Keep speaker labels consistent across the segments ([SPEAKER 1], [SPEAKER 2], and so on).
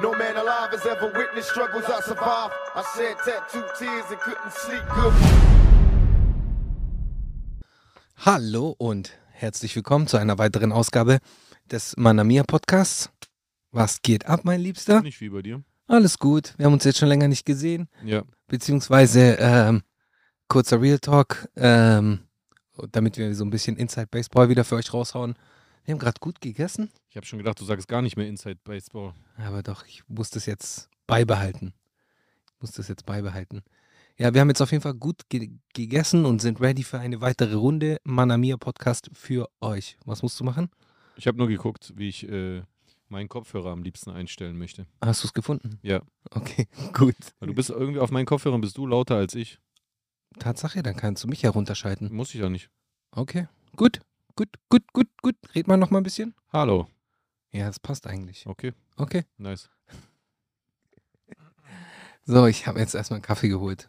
[SPEAKER 1] No man alive has ever witnessed struggles I survived. I shed tattooed tears and couldn't sleep good.
[SPEAKER 2] Hallo und herzlich willkommen zu einer weiteren Ausgabe des Manamia Podcasts. Was geht ab, mein Liebster?
[SPEAKER 3] Nicht wie bei dir.
[SPEAKER 2] Alles gut. Wir haben uns jetzt schon länger nicht gesehen.
[SPEAKER 3] Ja.
[SPEAKER 2] Beziehungsweise ähm, kurzer Real Talk, ähm, damit wir so ein bisschen Inside Baseball wieder für euch raushauen. Wir haben gerade gut gegessen,
[SPEAKER 3] Ich habe schon gedacht, du sagst gar nicht mehr Inside Baseball.
[SPEAKER 2] aber doch, ich muss das jetzt beibehalten. Ich muss das jetzt beibehalten. Ja, wir haben jetzt auf jeden Fall gut ge gegessen und sind ready für eine weitere Runde Manamia Podcast für euch. Was musst du machen?
[SPEAKER 3] Ich habe nur geguckt, wie ich äh, meinen Kopfhörer am liebsten einstellen möchte.
[SPEAKER 2] Hast du es gefunden?
[SPEAKER 3] Ja.
[SPEAKER 2] Okay, gut.
[SPEAKER 3] Weil du bist irgendwie auf meinen Kopfhörern bist du lauter als ich.
[SPEAKER 2] Tatsache, dann kannst du mich herunterschalten.
[SPEAKER 3] Muss ich ja nicht.
[SPEAKER 2] Okay, gut, gut, gut, gut, gut. Red mal noch mal ein bisschen.
[SPEAKER 3] Hallo.
[SPEAKER 2] Ja, das passt eigentlich.
[SPEAKER 3] Okay,
[SPEAKER 2] Okay.
[SPEAKER 3] nice.
[SPEAKER 2] So, ich habe jetzt erstmal einen Kaffee geholt.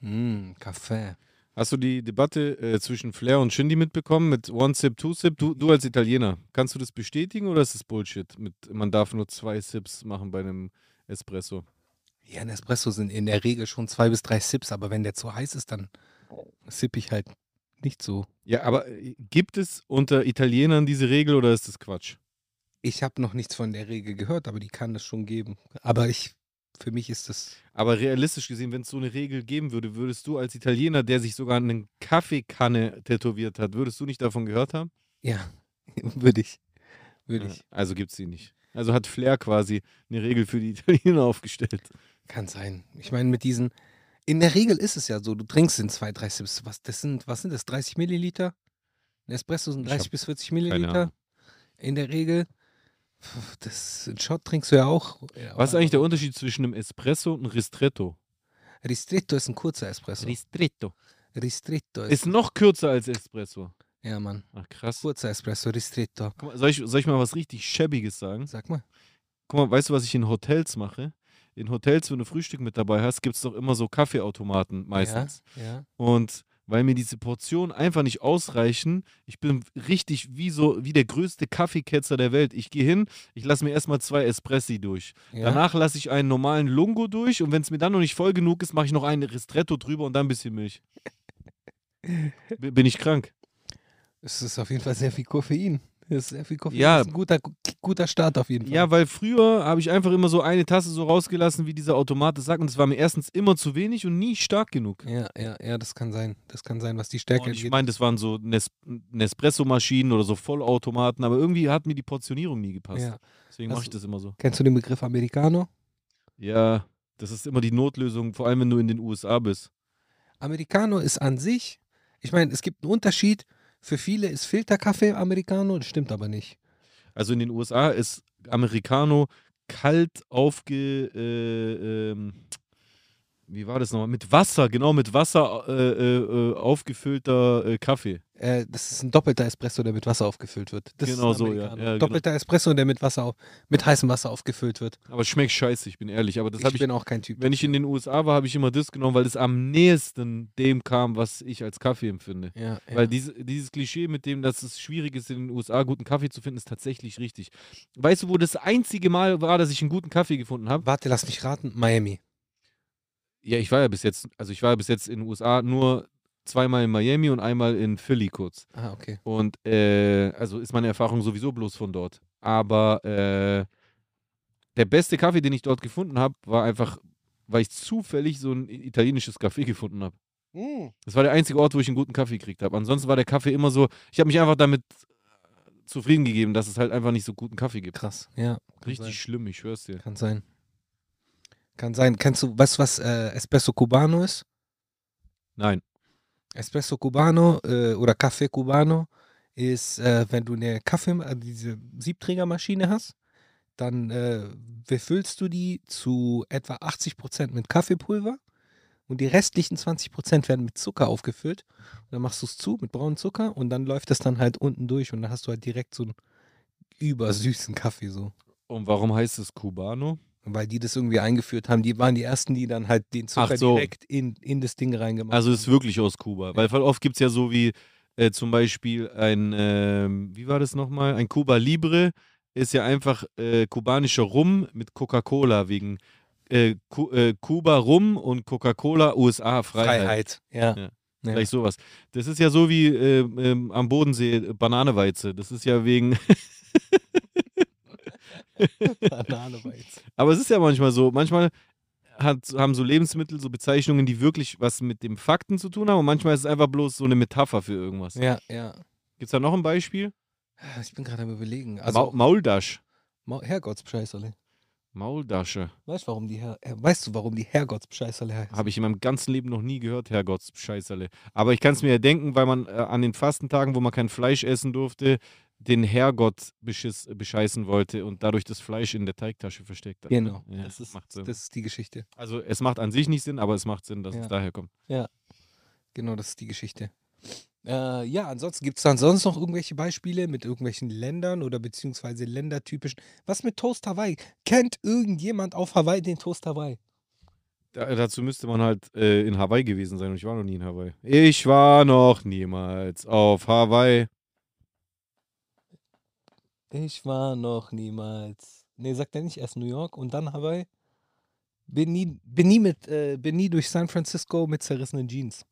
[SPEAKER 2] Mm, Kaffee.
[SPEAKER 3] Hast du die Debatte äh, zwischen Flair und Shindy mitbekommen mit One Sip, Two Sip? Du, du als Italiener, kannst du das bestätigen oder ist das Bullshit? Mit, man darf nur zwei Sips machen bei einem Espresso.
[SPEAKER 2] Ja, ein Espresso sind in der Regel schon zwei bis drei Sips, aber wenn der zu heiß ist, dann sippe ich halt nicht so.
[SPEAKER 3] Ja, aber äh, gibt es unter Italienern diese Regel oder ist das Quatsch?
[SPEAKER 2] Ich habe noch nichts von der Regel gehört, aber die kann es schon geben. Aber ich, für mich ist das.
[SPEAKER 3] Aber realistisch gesehen, wenn es so eine Regel geben würde, würdest du als Italiener, der sich sogar eine Kaffeekanne tätowiert hat, würdest du nicht davon gehört haben?
[SPEAKER 2] Ja, würde ich. Würde ich.
[SPEAKER 3] Ja, Also gibt es sie nicht. Also hat Flair quasi eine Regel für die Italiener aufgestellt.
[SPEAKER 2] Kann sein. Ich meine, mit diesen. In der Regel ist es ja so, du trinkst in zwei, drei Sips. Was, das sind, was sind das? 30 Milliliter? Ein Espresso sind
[SPEAKER 3] Ich
[SPEAKER 2] 30
[SPEAKER 3] hab
[SPEAKER 2] bis 40
[SPEAKER 3] Ahnung.
[SPEAKER 2] Milliliter. In der Regel. Pff, Das ein Shot trinkst du ja auch. Ja,
[SPEAKER 3] Was ist eigentlich der Unterschied zwischen einem Espresso und einem Ristretto?
[SPEAKER 2] Ristretto ist ein kurzer Espresso.
[SPEAKER 3] Ristretto.
[SPEAKER 2] Ristretto ist.
[SPEAKER 3] Ist noch kürzer als Espresso.
[SPEAKER 2] ja, Mann.
[SPEAKER 3] Ach krass.
[SPEAKER 2] Kurzer Espresso, Ristretto.
[SPEAKER 3] Guck mal, soll, ich, soll ich mal was richtig Schäbiges sagen?
[SPEAKER 2] Sag mal.
[SPEAKER 3] Guck mal, weißt du, was ich in Hotels mache? In Hotels, wenn du Frühstück mit dabei hast, gibt es doch immer so Kaffeeautomaten meistens.
[SPEAKER 2] Ja, ja.
[SPEAKER 3] Und weil mir diese Portionen einfach nicht ausreichen, ich bin richtig wie so wie der größte Kaffeeketzer der Welt. Ich gehe hin, ich lasse mir erstmal zwei Espressi durch.
[SPEAKER 2] ja.
[SPEAKER 3] Danach lasse ich einen normalen Lungo durch und wenn es mir dann noch nicht voll genug ist, mache ich noch einen Ristretto drüber und dann ein bisschen Milch. B- Bin ich krank?
[SPEAKER 2] Es ist auf jeden Fall sehr viel Koffein. Es ist sehr viel Koffein.
[SPEAKER 3] Ja.
[SPEAKER 2] Das ist ein guter, guter Start auf jeden Fall.
[SPEAKER 3] Ja, weil früher habe ich einfach immer so eine Tasse so rausgelassen, wie dieser Automat das sagt. Und es war mir erstens immer zu wenig und nie stark genug.
[SPEAKER 2] ja, ja, ja, das kann sein. Das kann sein, was die Stärke
[SPEAKER 3] Und ich
[SPEAKER 2] angeht.
[SPEAKER 3] meine, das waren so Nes Nespresso-Maschinen oder so Vollautomaten, aber irgendwie hat mir die Portionierung nie gepasst.
[SPEAKER 2] ja. Also
[SPEAKER 3] Deswegen
[SPEAKER 2] Hast
[SPEAKER 3] mache ich das immer so.
[SPEAKER 2] Kennst du den Begriff Americano?
[SPEAKER 3] Ja, das ist immer die Notlösung, vor allem wenn du in den USA bist.
[SPEAKER 2] Americano ist an sich, ich meine, es gibt einen Unterschied. Für viele ist Filterkaffee Americano, das stimmt aber nicht.
[SPEAKER 3] Also in den USA ist Americano kalt aufge. Äh, ähm, wie war das nochmal? Mit Wasser, genau, mit Wasser äh, äh, äh, aufgefüllter äh, Kaffee.
[SPEAKER 2] Äh, das ist ein doppelter Espresso, der mit Wasser aufgefüllt wird. Das
[SPEAKER 3] Genau
[SPEAKER 2] ist ein
[SPEAKER 3] so, ja.
[SPEAKER 2] Americano.
[SPEAKER 3] Ja, genau.
[SPEAKER 2] doppelter Espresso, der mit Wasser auf, mit heißem Wasser aufgefüllt wird.
[SPEAKER 3] Aber schmeckt scheiße, ich bin ehrlich. Aber das
[SPEAKER 2] ich
[SPEAKER 3] habe ich.
[SPEAKER 2] bin auch kein Typ.
[SPEAKER 3] Wenn ich in den USA war, habe ich immer das genommen, weil es am nächsten dem kam, was ich als Kaffee empfinde.
[SPEAKER 2] ja, ja.
[SPEAKER 3] Weil diese, dieses Klischee mit dem, dass es schwierig ist, in den USA guten Kaffee zu finden, ist tatsächlich richtig. Weißt du, wo das einzige Mal war, dass ich einen guten Kaffee gefunden habe?
[SPEAKER 2] Warte, lass mich raten. Miami.
[SPEAKER 3] Ja, ich war ja bis jetzt, also ich war ja bis jetzt in den USA nur zweimal in Miami und einmal in Philly kurz.
[SPEAKER 2] Ah, okay.
[SPEAKER 3] Und äh, also ist meine Erfahrung sowieso bloß von dort. Aber äh, der beste Kaffee, den ich dort gefunden habe, war einfach, weil ich zufällig so ein italienisches Café gefunden habe.
[SPEAKER 2] Hm.
[SPEAKER 3] Das war der einzige Ort, wo ich einen guten Kaffee gekriegt habe. Ansonsten war der Kaffee immer so, ich habe mich einfach damit äh, zufrieden gegeben, dass es halt einfach nicht so guten Kaffee gibt.
[SPEAKER 2] Krass. Ja. kann
[SPEAKER 3] Richtig schlimm, ich schwör's dir.
[SPEAKER 2] Sein. Kann sein. Kann sein. Kennst du, weißt du, was äh, Espresso Cubano ist?
[SPEAKER 3] Nein.
[SPEAKER 2] Espresso Cubano äh, oder Café Cubano ist, äh, wenn du eine Kaffee, äh, diese Siebträgermaschine hast, dann äh, befüllst du die zu etwa 80% mit Kaffeepulver und die restlichen 20% werden mit Zucker aufgefüllt. Und dann machst du es zu mit braunem Zucker und dann läuft das dann halt unten durch und dann hast du halt direkt so einen übersüßen Kaffee so.
[SPEAKER 3] Und warum heißt es Cubano?
[SPEAKER 2] Weil die das irgendwie eingeführt haben, die waren die ersten, die dann halt den Zucker
[SPEAKER 3] Ach so.
[SPEAKER 2] direkt in, in das Ding reingemacht
[SPEAKER 3] Also
[SPEAKER 2] haben.
[SPEAKER 3] ist wirklich aus Kuba. Weil voll oft gibt es ja so wie äh, zum Beispiel ein, ähm, wie war das nochmal? Ein Cuba Libre ist ja einfach äh, kubanischer Rum mit Coca-Cola wegen äh, Ku äh, Kuba Rum und Coca-Cola USA Freiheit.
[SPEAKER 2] Freiheit. Ja.
[SPEAKER 3] Ja.
[SPEAKER 2] Ja.
[SPEAKER 3] Vielleicht sowas. Das ist ja so wie äh, ähm, am Bodensee äh, Bananeweize. Das ist ja wegen.
[SPEAKER 2] Banane war jetzt.
[SPEAKER 3] Aber es ist ja manchmal so. Manchmal hat, haben so Lebensmittel so Bezeichnungen, die wirklich was mit dem Fakten zu tun haben. Und manchmal ist es einfach bloß so eine Metapher für irgendwas.
[SPEAKER 2] Ja, ja.
[SPEAKER 3] Gibt es da noch ein Beispiel?
[SPEAKER 2] Ich bin gerade am überlegen.
[SPEAKER 3] Also,
[SPEAKER 2] Also,
[SPEAKER 3] Mauldasch.
[SPEAKER 2] Ma Herrgottsbescheißerle.
[SPEAKER 3] Maultasche.
[SPEAKER 2] Weißt, warum die Herr äh, weißt du, warum die Herrgottsbescheißerle heißt?
[SPEAKER 3] Habe ich in meinem ganzen Leben noch nie gehört, Herrgotts Scheißerle. Aber ich kann es mir ja denken, weil man äh, an den Fastentagen, wo man kein Fleisch essen durfte, den Herrgott beschiss, äh, bescheißen wollte und dadurch das Fleisch in der Teigtasche versteckt hat. ne?
[SPEAKER 2] Genau.
[SPEAKER 3] Ja,
[SPEAKER 2] das, ist,
[SPEAKER 3] macht Sinn.
[SPEAKER 2] das ist die Geschichte.
[SPEAKER 3] also es macht an sich nicht Sinn, aber es macht Sinn, dass
[SPEAKER 2] Ja.
[SPEAKER 3] es daher kommt.
[SPEAKER 2] Genau, das ist die Geschichte. Äh, ja, ansonsten gibt es dann sonst noch irgendwelche Beispiele mit irgendwelchen Ländern oder beziehungsweise ländertypischen. Was mit Toast Hawaii? Kennt irgendjemand auf Hawaii den Toast Hawaii?
[SPEAKER 3] Da, dazu müsste man halt äh, in Hawaii gewesen sein und ich war noch nie in Hawaii. Ich war noch niemals auf Hawaii.
[SPEAKER 2] Ich war noch niemals. Nee, sagt er nicht, erst New York und dann Hawaii. Bin nie, bin nie, mit, äh, bin nie durch San Francisco mit zerrissenen Jeans,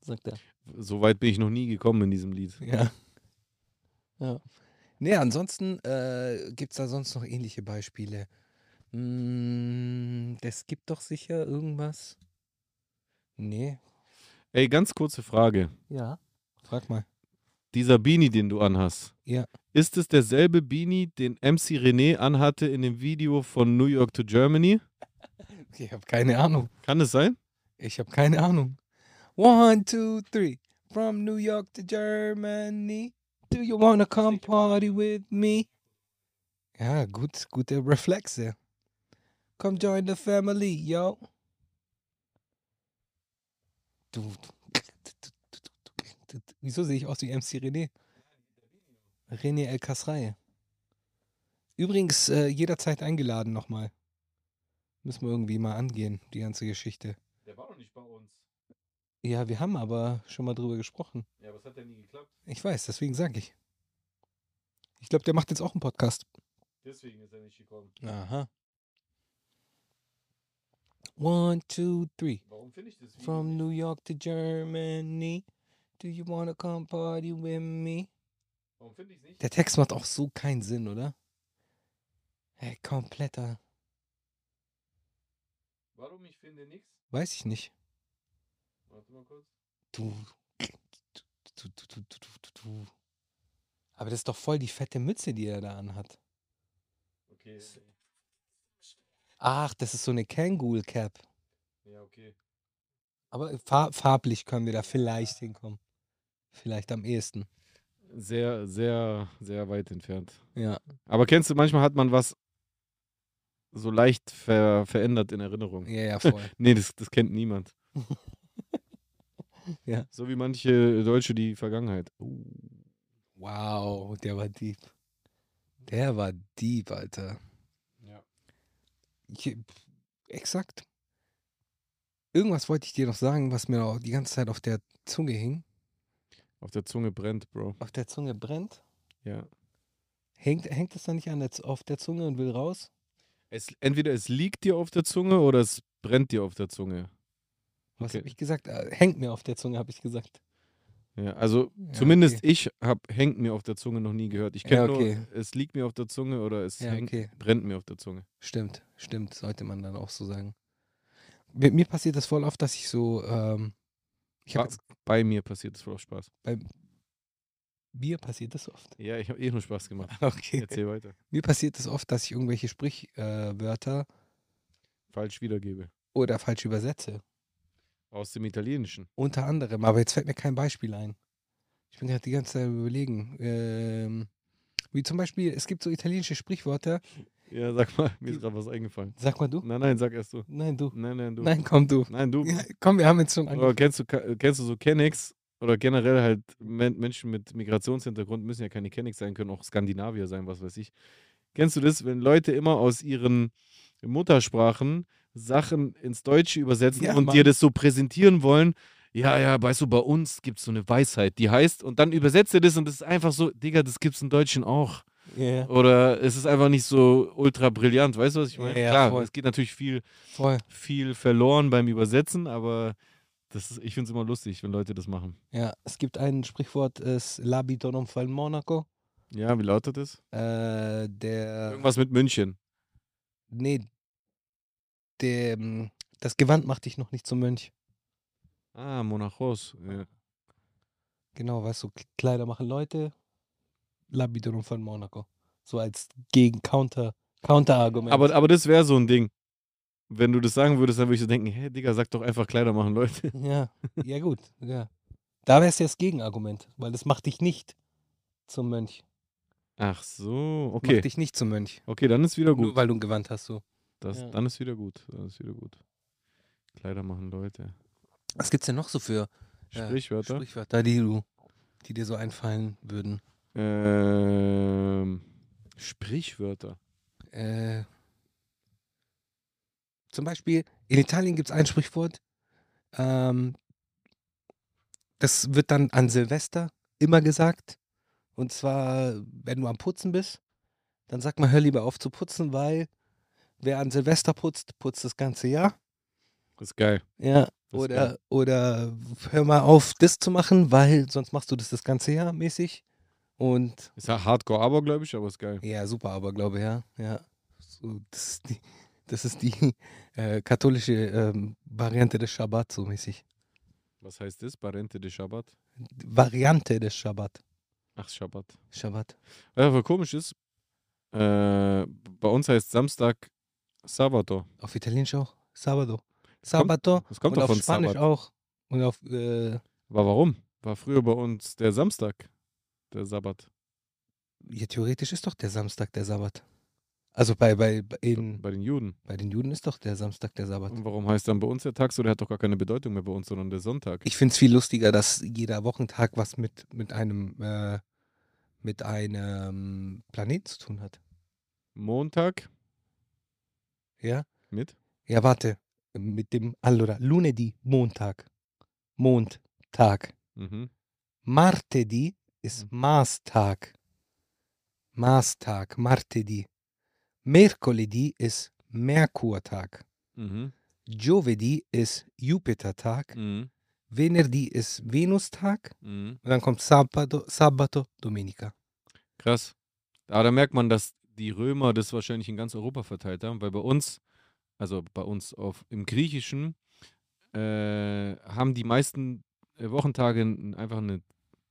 [SPEAKER 2] sagt er.
[SPEAKER 3] So weit bin ich noch nie gekommen in diesem Lied.
[SPEAKER 2] Ja. Ja. Nee, ansonsten äh, gibt es da sonst noch ähnliche Beispiele. Mm, das gibt doch sicher irgendwas. Nee.
[SPEAKER 3] Ey, ganz kurze Frage.
[SPEAKER 2] Ja. Frag mal.
[SPEAKER 3] dieser Beanie, den du anhast.
[SPEAKER 2] Ja.
[SPEAKER 3] Ist es derselbe Beanie, den MC René anhatte in dem Video von New York to Germany?
[SPEAKER 2] Ich habe keine Ahnung.
[SPEAKER 3] Kann es sein?
[SPEAKER 2] Ich habe keine Ahnung. One, two, three. From New York to Germany. Do you wanna come party with me? Ja, gut, gute Reflexe. Come join the family, yo. Du, du, du, du, du, du, du, du. Wieso sehe ich aus wie MC René? René El Kasrei. Übrigens, äh, jederzeit eingeladen nochmal. Müssen wir irgendwie mal angehen, die ganze Geschichte.
[SPEAKER 3] Der war doch nicht bei uns.
[SPEAKER 2] Ja, wir haben aber schon mal drüber gesprochen.
[SPEAKER 3] Ja, aber es hat ja nie geklappt.
[SPEAKER 2] Ich weiß, deswegen sage ich. Ich glaube, der macht jetzt auch einen Podcast.
[SPEAKER 3] Deswegen ist er nicht gekommen.
[SPEAKER 2] Aha. One, two, three.
[SPEAKER 3] Warum finde ich das
[SPEAKER 2] From New York to Germany. Do you wanna come party with me?
[SPEAKER 3] Warum finde ich es nicht?
[SPEAKER 2] Der Text macht auch so keinen Sinn, oder? Hey, kompletter.
[SPEAKER 3] Warum ich finde nichts?
[SPEAKER 2] Weiß ich nicht.
[SPEAKER 3] Warte mal kurz.
[SPEAKER 2] Du. du, du, du, du, du, du. Aber das ist doch voll die fette Mütze, die er da anhat.
[SPEAKER 3] Okay.
[SPEAKER 2] Ach, das ist so eine Kangol Cap.
[SPEAKER 3] Ja, okay.
[SPEAKER 2] Aber fa- farblich können wir da vielleicht hinkommen. Vielleicht am ehesten.
[SPEAKER 3] Sehr, sehr, sehr weit entfernt.
[SPEAKER 2] Ja.
[SPEAKER 3] Aber kennst du, manchmal hat man was so leicht ver verändert in Erinnerung.
[SPEAKER 2] Ja, ja, voll.
[SPEAKER 3] Nee, das, das kennt niemand.
[SPEAKER 2] Ja.
[SPEAKER 3] So wie manche Deutsche die Vergangenheit. Oh.
[SPEAKER 2] wow, der war deep. Der war deep, Alter.
[SPEAKER 3] Ja.
[SPEAKER 2] Ich, exakt. Irgendwas wollte ich dir noch sagen, was mir auch die ganze Zeit auf der Zunge hing.
[SPEAKER 3] Auf der Zunge brennt, Bro.
[SPEAKER 2] Auf der Zunge brennt?
[SPEAKER 3] Ja.
[SPEAKER 2] Hängt, hängt das dann nicht an der, Z- auf der Zunge und will raus?
[SPEAKER 3] Es, entweder es liegt dir auf der Zunge oder es brennt dir auf der Zunge.
[SPEAKER 2] Was
[SPEAKER 3] Okay.
[SPEAKER 2] habe ich gesagt? Äh, Hängt mir auf der Zunge, habe ich gesagt.
[SPEAKER 3] Ja, also
[SPEAKER 2] Ja,
[SPEAKER 3] zumindest ich habe hängt mir auf der Zunge noch nie gehört. Ich
[SPEAKER 2] Ja,
[SPEAKER 3] kenne
[SPEAKER 2] okay.
[SPEAKER 3] nur, es liegt mir auf der Zunge oder es
[SPEAKER 2] Ja,
[SPEAKER 3] hängt,
[SPEAKER 2] okay.
[SPEAKER 3] brennt mir auf der Zunge.
[SPEAKER 2] Stimmt, stimmt, sollte man dann auch so sagen. Mit mir passiert das voll oft, dass ich so, ähm, ich
[SPEAKER 3] Ba-
[SPEAKER 2] habe jetzt,
[SPEAKER 3] bei mir passiert es voll Spaß.
[SPEAKER 2] mir passiert das oft.
[SPEAKER 3] Ja, ich habe eh nur Spaß gemacht.
[SPEAKER 2] Okay.
[SPEAKER 3] Erzähl weiter.
[SPEAKER 2] Mir passiert das oft, dass ich irgendwelche Sprichwörter äh, Wörter
[SPEAKER 3] Falsch wiedergebe.
[SPEAKER 2] oder falsch übersetze.
[SPEAKER 3] Aus dem Italienischen.
[SPEAKER 2] Unter anderem, aber jetzt fällt mir kein Beispiel ein. Ich bin gerade die ganze Zeit am überlegen. Ähm, wie zum Beispiel, es gibt so italienische Sprichwörter.
[SPEAKER 3] Ja, sag mal, mir
[SPEAKER 2] Die-
[SPEAKER 3] ist gerade was eingefallen.
[SPEAKER 2] Sag mal du.
[SPEAKER 3] Nein, nein, sag erst du.
[SPEAKER 2] Nein, du.
[SPEAKER 3] Nein, nein, du.
[SPEAKER 2] Nein, komm du.
[SPEAKER 3] Nein, du.
[SPEAKER 2] Ja, komm, wir haben jetzt schon angefangen.
[SPEAKER 3] Oder kennst du, Ka- kennst du so Kennex oder generell halt Men Menschen mit Migrationshintergrund müssen ja keine Kennex sein, können auch Skandinavier sein, was weiß ich. Kennst du das, wenn Leute immer aus ihren Muttersprachen Sachen ins Deutsche übersetzen
[SPEAKER 2] Ja,
[SPEAKER 3] und
[SPEAKER 2] Mann.
[SPEAKER 3] dir das so präsentieren wollen? Ja, ja, weißt du, bei uns gibt es so eine Weisheit, die heißt, und dann übersetzt er das und das ist einfach so, Digga, das gibt's im Deutschen auch.
[SPEAKER 2] Ja,
[SPEAKER 3] Oder es ist einfach nicht so ultra brillant, weißt du, was ich meine?
[SPEAKER 2] Ja,
[SPEAKER 3] Klar,
[SPEAKER 2] voll.
[SPEAKER 3] es geht natürlich viel,
[SPEAKER 2] voll.
[SPEAKER 3] viel verloren beim Übersetzen, aber das ist, ich finde es immer lustig, wenn Leute das machen.
[SPEAKER 2] Ja, es gibt ein Sprichwort, es labito non fa il Monaco.
[SPEAKER 3] Ja, wie lautet es?
[SPEAKER 2] Äh, der,
[SPEAKER 3] Irgendwas mit München.
[SPEAKER 2] nee, der, ähm, das Gewand macht dich noch nicht zum Mönch.
[SPEAKER 3] Ah, Monachos. Ja.
[SPEAKER 2] Genau, weißt du, K- Kleider machen Leute, labito non fa il Monaco. So als Gegen-Counter, Counter-Argument.
[SPEAKER 3] Aber, aber das wäre so ein Ding. Wenn du das sagen würdest, dann würde ich so denken, hey Digga, sag doch einfach Kleider machen, Leute.
[SPEAKER 2] Ja, ja gut, ja. Da wäre es ja das Gegenargument, weil das macht dich nicht zum Mönch.
[SPEAKER 3] Ach so,
[SPEAKER 2] Okay.
[SPEAKER 3] okay.
[SPEAKER 2] Macht dich nicht zum Mönch.
[SPEAKER 3] Okay, dann ist wieder
[SPEAKER 2] Nur
[SPEAKER 3] gut.
[SPEAKER 2] weil du ein Gewand hast, so.
[SPEAKER 3] Das,
[SPEAKER 2] Ja.
[SPEAKER 3] Dann ist wieder gut. Dann ist wieder gut. Kleider machen Leute.
[SPEAKER 2] Was gibt's denn noch so für äh,
[SPEAKER 3] Sprichwörter.
[SPEAKER 2] Sprichwörter, die du, die dir so einfallen würden?
[SPEAKER 3] Ähm, Sprichwörter.
[SPEAKER 2] Äh, zum Beispiel, in Italien gibt es ein Sprichwort, ähm, das wird dann an Silvester immer gesagt. Und zwar, wenn du am Putzen bist, dann sag mal, hör lieber auf zu putzen, weil wer an Silvester putzt, putzt das ganze Jahr.
[SPEAKER 3] Das ist geil.
[SPEAKER 2] Ja.
[SPEAKER 3] Das ist
[SPEAKER 2] Oder,
[SPEAKER 3] geil.
[SPEAKER 2] oder hör mal auf, das zu machen, weil sonst machst du das das ganze Jahr mäßig. Und
[SPEAKER 3] Ist ja hardcore aber, glaube ich, aber ist geil.
[SPEAKER 2] ja, super Aberglaube, ja. ja. So, das ist die, das ist die äh, katholische ähm, Variante des Schabbat, so mäßig.
[SPEAKER 3] Was heißt das? Parente de Shabbat?
[SPEAKER 2] Variante des Schabbat.
[SPEAKER 3] Ach, Shabbat.
[SPEAKER 2] Schabbat.
[SPEAKER 3] Ja, aber komisch ist, äh, bei uns heißt Samstag Sabato.
[SPEAKER 2] Auf Italienisch auch. Sabado. Sabato.
[SPEAKER 3] Das kommt
[SPEAKER 2] und
[SPEAKER 3] doch
[SPEAKER 2] auf
[SPEAKER 3] von
[SPEAKER 2] Spanisch
[SPEAKER 3] Sabbat.
[SPEAKER 2] auch. Und auf, äh,
[SPEAKER 3] Aber warum? War früher bei uns der Samstag, der Sabbat.
[SPEAKER 2] ja, theoretisch ist doch der Samstag der Sabbat. Also bei, bei, bei- in,
[SPEAKER 3] Bei den Juden.
[SPEAKER 2] bei den Juden ist doch der Samstag der Sabbat.
[SPEAKER 3] Und warum heißt dann bei uns der Tag so? Der hat doch gar keine Bedeutung mehr bei uns, sondern der Sonntag.
[SPEAKER 2] Ich finde es viel lustiger, dass jeder Wochentag was mit, mit einem, äh, mit einem Planeten zu tun hat.
[SPEAKER 3] Montag
[SPEAKER 2] Ja?
[SPEAKER 3] mit?
[SPEAKER 2] Ja, warte. Mit dem allora, lunedì, Montag. Montag.
[SPEAKER 3] Mhm.
[SPEAKER 2] Martedì ist Maßtag. Maßtag, martedì. Mercoledì ist Merkurtag.
[SPEAKER 3] Mhm.
[SPEAKER 2] Giovedì ist Jupitertag.
[SPEAKER 3] Mhm.
[SPEAKER 2] Venerdì ist Venustag.
[SPEAKER 3] Mhm.
[SPEAKER 2] Und dann kommt Sabato, Sabato, Domenica.
[SPEAKER 3] Krass. Aber da merkt man, dass die Römer das wahrscheinlich in ganz Europa verteilt haben, weil bei uns, also bei uns auf, im Griechischen, äh, haben die meisten äh, Wochentage n- einfach eine,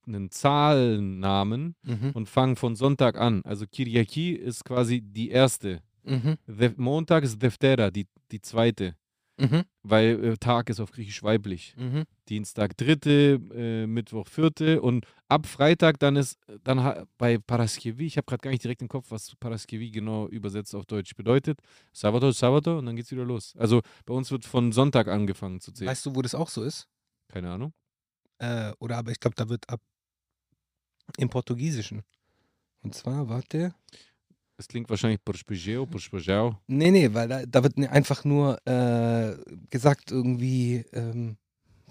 [SPEAKER 3] einen Zahlennamen
[SPEAKER 2] Mhm.
[SPEAKER 3] und fangen von Sonntag an. Also Kyriaki ist quasi die erste.
[SPEAKER 2] Mhm.
[SPEAKER 3] Def- Montag ist Deftera, die, die zweite,
[SPEAKER 2] Mhm.
[SPEAKER 3] weil äh, Tag ist auf Griechisch weiblich.
[SPEAKER 2] Mhm.
[SPEAKER 3] Dienstag dritte, äh, Mittwoch vierte und ab Freitag dann ist äh, dann ha- bei Paraskevi, ich habe gerade gar nicht direkt im Kopf, was Paraskevi genau übersetzt auf Deutsch bedeutet. Sabato, Sabato und dann geht's wieder los. Also bei uns wird von Sonntag angefangen zu zählen.
[SPEAKER 2] Weißt du, wo das auch so ist?
[SPEAKER 3] Keine Ahnung.
[SPEAKER 2] Äh, oder aber ich glaube, da wird ab im Portugiesischen. Und zwar, warte.
[SPEAKER 3] Es klingt wahrscheinlich Porspegeo, Porspegeo.
[SPEAKER 2] Nee, nee, weil da, da wird ne- einfach nur äh, gesagt, irgendwie ähm,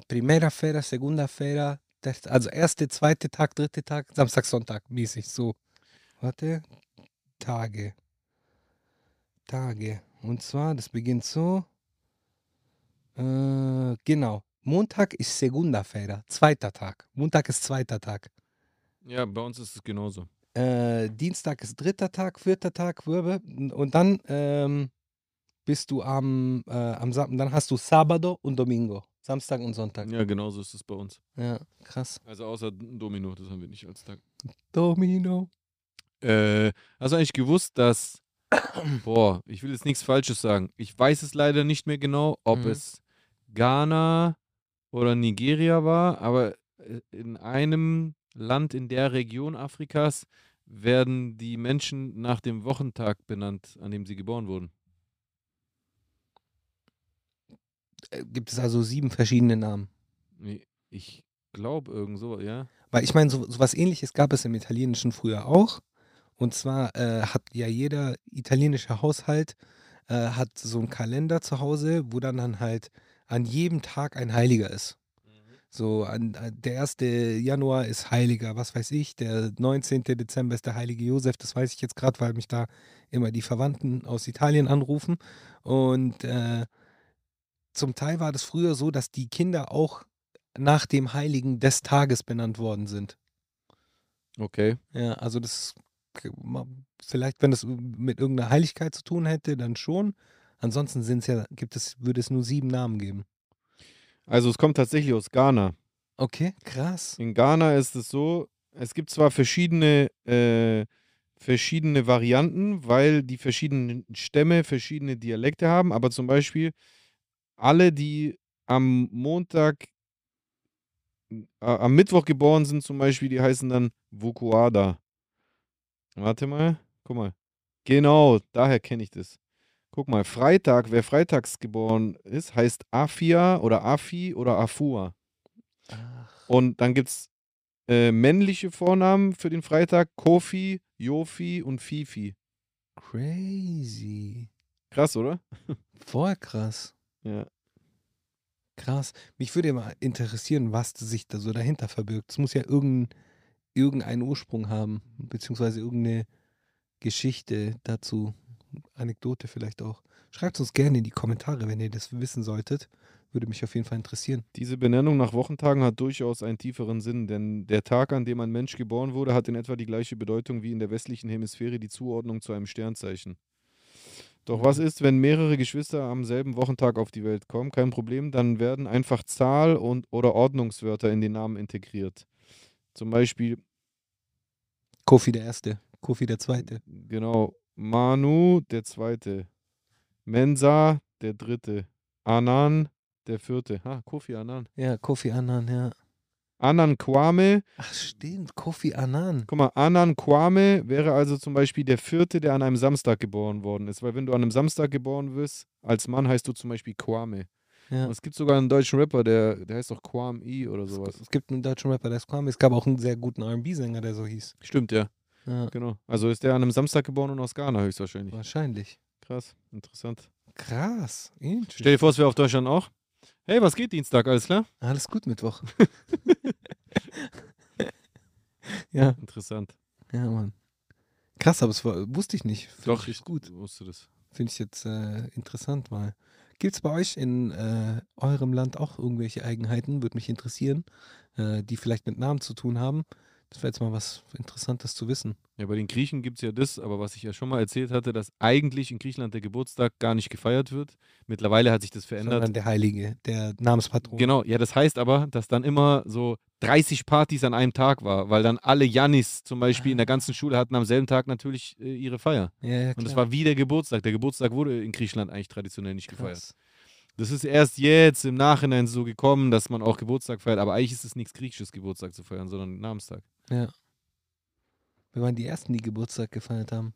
[SPEAKER 2] Primera Fera, Segunda Fera, terz- also erste, zweite Tag, dritte Tag, Samstag, Sonntag, mäßig so. Warte. Tage. Tage. Und zwar, das beginnt so. Äh, genau. Montag ist Segunda Fera, zweiter Tag. Montag ist zweiter Tag.
[SPEAKER 3] Ja, bei uns ist es genauso.
[SPEAKER 2] äh, Dienstag ist dritter Tag, vierter Tag, Wirbel. Und dann ähm, bist du am, äh, am Sam dann hast du Sabado und Domingo. Samstag und Sonntag.
[SPEAKER 3] Ja, genauso ist es bei uns.
[SPEAKER 2] Ja, krass.
[SPEAKER 3] Also außer Domino, das haben wir nicht als Tag.
[SPEAKER 2] Domino.
[SPEAKER 3] Äh, hast du eigentlich gewusst, dass. Boah, ich will jetzt nichts Falsches sagen. Ich weiß es leider nicht mehr genau, ob
[SPEAKER 2] Mhm.
[SPEAKER 3] es Ghana oder Nigeria war, aber äh, in einem Land in der Region Afrikas werden die Menschen nach dem Wochentag benannt, an dem sie geboren wurden.
[SPEAKER 2] Äh, gibt es also sieben verschiedene Namen.
[SPEAKER 3] Ich glaube irgend so, ja.
[SPEAKER 2] Weil ich meine, so, so was ähnliches gab es im Italienischen früher auch. Und zwar äh, hat ja jeder italienische Haushalt äh, hat so einen Kalender zu Hause, wo dann, dann halt an jedem Tag ein Heiliger ist. So, an, an- der 1. Januar ist Heiliger, was weiß ich. Der 19. Dezember ist der Heilige Josef. Das weiß ich jetzt gerade, weil mich da immer die Verwandten aus Italien anrufen. Und äh, zum Teil war das früher so, dass die Kinder auch nach dem Heiligen des Tages benannt worden sind.
[SPEAKER 3] Okay.
[SPEAKER 2] Ja, also das k- ma- vielleicht, wenn das mit irgendeiner Heiligkeit zu tun hätte, dann schon. Ansonsten sind es ja, gibt es, würde es nur sieben Namen geben.
[SPEAKER 3] Also es kommt tatsächlich aus Ghana.
[SPEAKER 2] Okay, krass.
[SPEAKER 3] In Ghana ist es so, es gibt zwar verschiedene, äh, verschiedene Varianten, weil die verschiedenen Stämme verschiedene Dialekte haben, aber zum Beispiel alle, die am Montag, äh, am Mittwoch geboren sind, zum Beispiel, die heißen dann Vukuada. Warte mal, guck mal. Genau, daher kenne ich das. Guck mal, Freitag, wer freitags geboren ist, heißt Afia oder Afi oder Afua. Und dann gibt es äh, männliche Vornamen für den Freitag: Kofi, Jofi und Fifi.
[SPEAKER 2] Crazy.
[SPEAKER 3] Krass, oder?
[SPEAKER 2] Voll krass.
[SPEAKER 3] Ja.
[SPEAKER 2] Krass. Mich würde ja mal interessieren, was sich da so dahinter verbirgt. Es muss ja irgendein, irgendeinen Ursprung haben, beziehungsweise irgendeine Geschichte dazu. Anekdote vielleicht auch. Schreibt uns gerne in die Kommentare, wenn ihr das wissen solltet. Würde mich auf jeden Fall interessieren.
[SPEAKER 3] Diese Benennung nach Wochentagen hat durchaus einen tieferen Sinn, denn der Tag, an dem ein Mensch geboren wurde, hat in etwa die gleiche Bedeutung wie in der westlichen Hemisphäre die Zuordnung zu einem Sternzeichen. Doch was ist, wenn mehrere Geschwister am selben Wochentag auf die Welt kommen? Kein Problem, dann werden einfach Zahl- und oder Ordnungswörter in den Namen integriert. Zum Beispiel
[SPEAKER 2] Kofi der Erste, Kofi der Zweite.
[SPEAKER 3] Genau. Manu, der zweite. Mensa, der dritte. Anan, der vierte. Ha, Kofi Anan.
[SPEAKER 2] Ja, Kofi Annan, ja.
[SPEAKER 3] Anan Kwame.
[SPEAKER 2] Ach, stimmt, Kofi Annan.
[SPEAKER 3] Guck mal, Anan Kwame wäre also zum Beispiel der vierte, der an einem Samstag geboren worden ist. Weil wenn du an einem Samstag geboren wirst, als Mann heißt du zum Beispiel Kwame.
[SPEAKER 2] Ja.
[SPEAKER 3] Und es gibt sogar einen deutschen Rapper, der, der heißt doch Kwame I oder
[SPEAKER 2] Es-
[SPEAKER 3] sowas.
[SPEAKER 2] Es gibt einen deutschen Rapper, der ist Kwame. Es gab auch einen sehr guten RB-Sänger, der so hieß.
[SPEAKER 3] Stimmt, ja.
[SPEAKER 2] Ja,
[SPEAKER 3] Genau. Also ist der an einem Samstag geboren und aus Ghana höchstwahrscheinlich.
[SPEAKER 2] wahrscheinlich.
[SPEAKER 3] Krass, interessant.
[SPEAKER 2] Krass.
[SPEAKER 3] Stell
[SPEAKER 2] Interesting.
[SPEAKER 3] dir vor, es wäre auf Deutschland auch. Hey, was geht Dienstag? Alles klar?
[SPEAKER 2] Alles gut Mittwoch. ja,
[SPEAKER 3] Interessant.
[SPEAKER 2] ja, Mann. Krass, aber es war, wusste ich nicht. Find ich jetzt gut.
[SPEAKER 3] wusste das.
[SPEAKER 2] Finde ich jetzt äh, interessant mal. Gibt es bei euch in äh, eurem Land auch irgendwelche Eigenheiten, würde mich interessieren, äh, die vielleicht mit Namen zu tun haben? Das wäre jetzt mal was Interessantes zu wissen.
[SPEAKER 3] Ja, bei den Griechen gibt es ja das, aber was ich ja schon mal erzählt hatte, dass eigentlich in Griechenland der Geburtstag gar nicht gefeiert wird. Mittlerweile hat sich das
[SPEAKER 2] Sondern
[SPEAKER 3] verändert.
[SPEAKER 2] der Heilige, der Namenspatron.
[SPEAKER 3] Genau, ja, das heißt aber, dass dann immer so 30 Partys an einem Tag war, weil dann alle Jannis zum Beispiel in
[SPEAKER 2] Ah.
[SPEAKER 3] der ganzen Schule hatten am selben Tag natürlich äh, ihre Feier.
[SPEAKER 2] Ja, ja,
[SPEAKER 3] Und das
[SPEAKER 2] klar.
[SPEAKER 3] war wie der Geburtstag. Der Geburtstag wurde in Griechenland eigentlich traditionell nicht gefeiert.
[SPEAKER 2] Krass.
[SPEAKER 3] Das ist erst jetzt im Nachhinein so gekommen, dass man auch Geburtstag feiert, aber eigentlich ist es nichts griechisches Geburtstag zu feiern, sondern Namenstag.
[SPEAKER 2] Wir waren die Ersten, die Geburtstag gefeiert haben.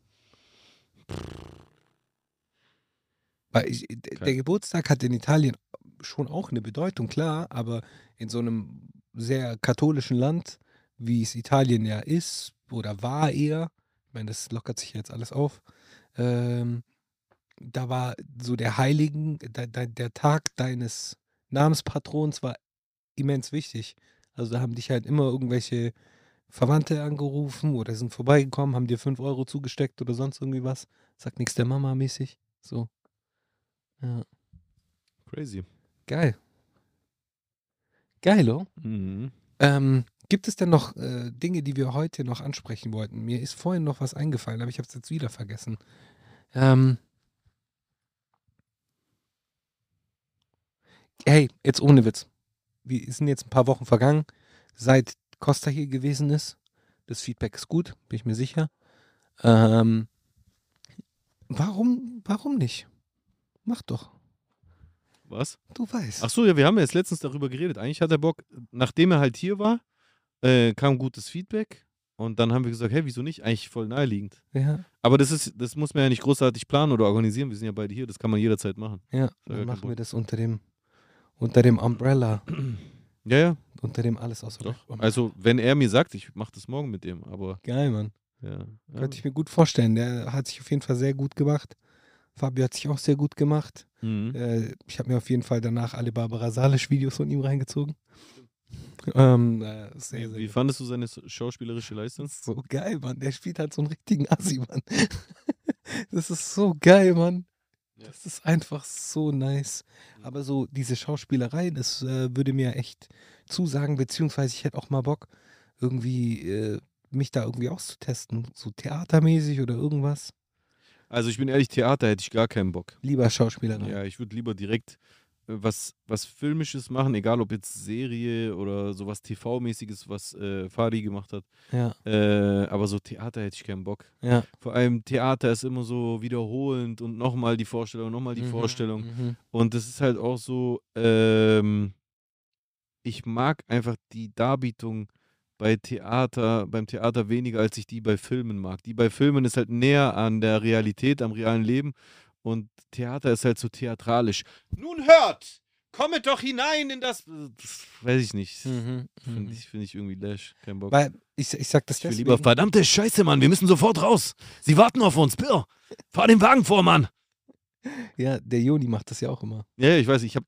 [SPEAKER 2] Weil ich, d- der
[SPEAKER 3] Kein-
[SPEAKER 2] Geburtstag hat in Italien schon auch eine Bedeutung, klar, aber in so einem sehr katholischen Land, wie es Italien ja ist oder war eher, ich meine, das lockert sich ja jetzt alles auf, ähm, da war so der Heiligen, da, da, der Tag deines Namenspatrons war immens wichtig. Also da haben dich halt immer irgendwelche Verwandte angerufen oder sind vorbeigekommen, haben dir 5 Euro zugesteckt oder sonst irgendwie was. Sagt nichts der Mama mäßig. So. Ja.
[SPEAKER 3] Crazy.
[SPEAKER 2] Geil. Geil, oh.
[SPEAKER 3] Mhm.
[SPEAKER 2] Ähm, gibt es denn noch äh, Dinge, die wir heute noch ansprechen wollten? Mir ist vorhin noch was eingefallen, aber ich habe es jetzt wieder vergessen. Ähm. Hey, jetzt ohne Witz. Wir sind jetzt ein paar Wochen vergangen, seit Costa hier gewesen ist. Das Feedback ist gut, bin ich mir sicher. Ähm, warum, warum nicht? Mach doch.
[SPEAKER 3] Was?
[SPEAKER 2] Du weißt.
[SPEAKER 3] Ach so, ja, wir haben ja jetzt letztens darüber geredet. Eigentlich hat er Bock, nachdem er halt hier war, äh, kam gutes Feedback und dann haben wir gesagt, hey, wieso nicht? Eigentlich voll naheliegend.
[SPEAKER 2] Ja,
[SPEAKER 3] Aber das ist, das muss man ja nicht großartig planen oder organisieren. Wir sind ja beide hier, das kann man jederzeit machen.
[SPEAKER 2] ja.
[SPEAKER 3] gar kein
[SPEAKER 2] Dann machen wir
[SPEAKER 3] Problem.
[SPEAKER 2] das unter dem, unter dem Umbrella.
[SPEAKER 3] Ja, ja,
[SPEAKER 2] Unter dem alles außer
[SPEAKER 3] doch.
[SPEAKER 2] Rap.
[SPEAKER 3] Also, wenn er mir sagt, ich mache das morgen mit dem, aber
[SPEAKER 2] Geil, Mann.
[SPEAKER 3] ja. ja.
[SPEAKER 2] Könnte ich mir gut vorstellen. Der hat sich auf jeden Fall sehr gut gemacht. Fabio hat sich auch sehr gut gemacht.
[SPEAKER 3] Mhm.
[SPEAKER 2] Äh, ich habe mir auf jeden Fall danach alle Barbara Salisch-Videos von ihm reingezogen. Ähm, äh, sehr, sehr
[SPEAKER 3] Wie
[SPEAKER 2] gut.
[SPEAKER 3] fandest du seine schauspielerische Leistung?
[SPEAKER 2] Das ist so geil, Mann. Der spielt halt so einen richtigen Assi, Mann. Das ist so geil, Mann.
[SPEAKER 3] Ja. Mhm.
[SPEAKER 2] Das ist einfach so nice. Aber so diese Schauspielerei, das äh, würde mir echt zusagen, beziehungsweise ich hätte auch mal Bock, irgendwie äh, mich da irgendwie auszutesten. So theatermäßig oder irgendwas.
[SPEAKER 3] Also ich bin ehrlich, Theater hätte ich gar keinen Bock.
[SPEAKER 2] Lieber Schauspielerei.
[SPEAKER 3] Ja, ich würde lieber direkt äh, was, was Filmisches machen, egal ob jetzt Serie oder sowas TV-mäßiges, was äh, Fadi gemacht hat.
[SPEAKER 2] Ja,
[SPEAKER 3] Äh, aber so Theater hätte ich keinen Bock.
[SPEAKER 2] ja.
[SPEAKER 3] Vor allem Theater ist immer so wiederholend und nochmal die Vorstellung, nochmal die
[SPEAKER 2] Mhm,
[SPEAKER 3] Vorstellung.
[SPEAKER 2] mhm.
[SPEAKER 3] Und das ist halt auch so, ähm, ich mag einfach die Darbietung bei Theater, beim Theater weniger, als ich die bei Filmen mag. Die bei Filmen ist halt näher an der Realität, am realen Leben und Theater ist halt so theatralisch. Nun hört! Kommet doch hinein in das. Pff, Weiß ich nicht.
[SPEAKER 2] Mhm,
[SPEAKER 3] Finde
[SPEAKER 2] mhm.
[SPEAKER 3] ich, find ich irgendwie lash. Kein Bock.
[SPEAKER 2] Weil ich, ich sag das
[SPEAKER 3] Ich will
[SPEAKER 2] deswegen.
[SPEAKER 3] lieber verdammte Scheiße, Mann. Wir müssen sofort raus. Sie warten auf uns. Bill, fahr den Wagen vor, Mann.
[SPEAKER 2] ja, der Joni macht das ja auch immer.
[SPEAKER 3] Ja, ja, ich weiß, ich habe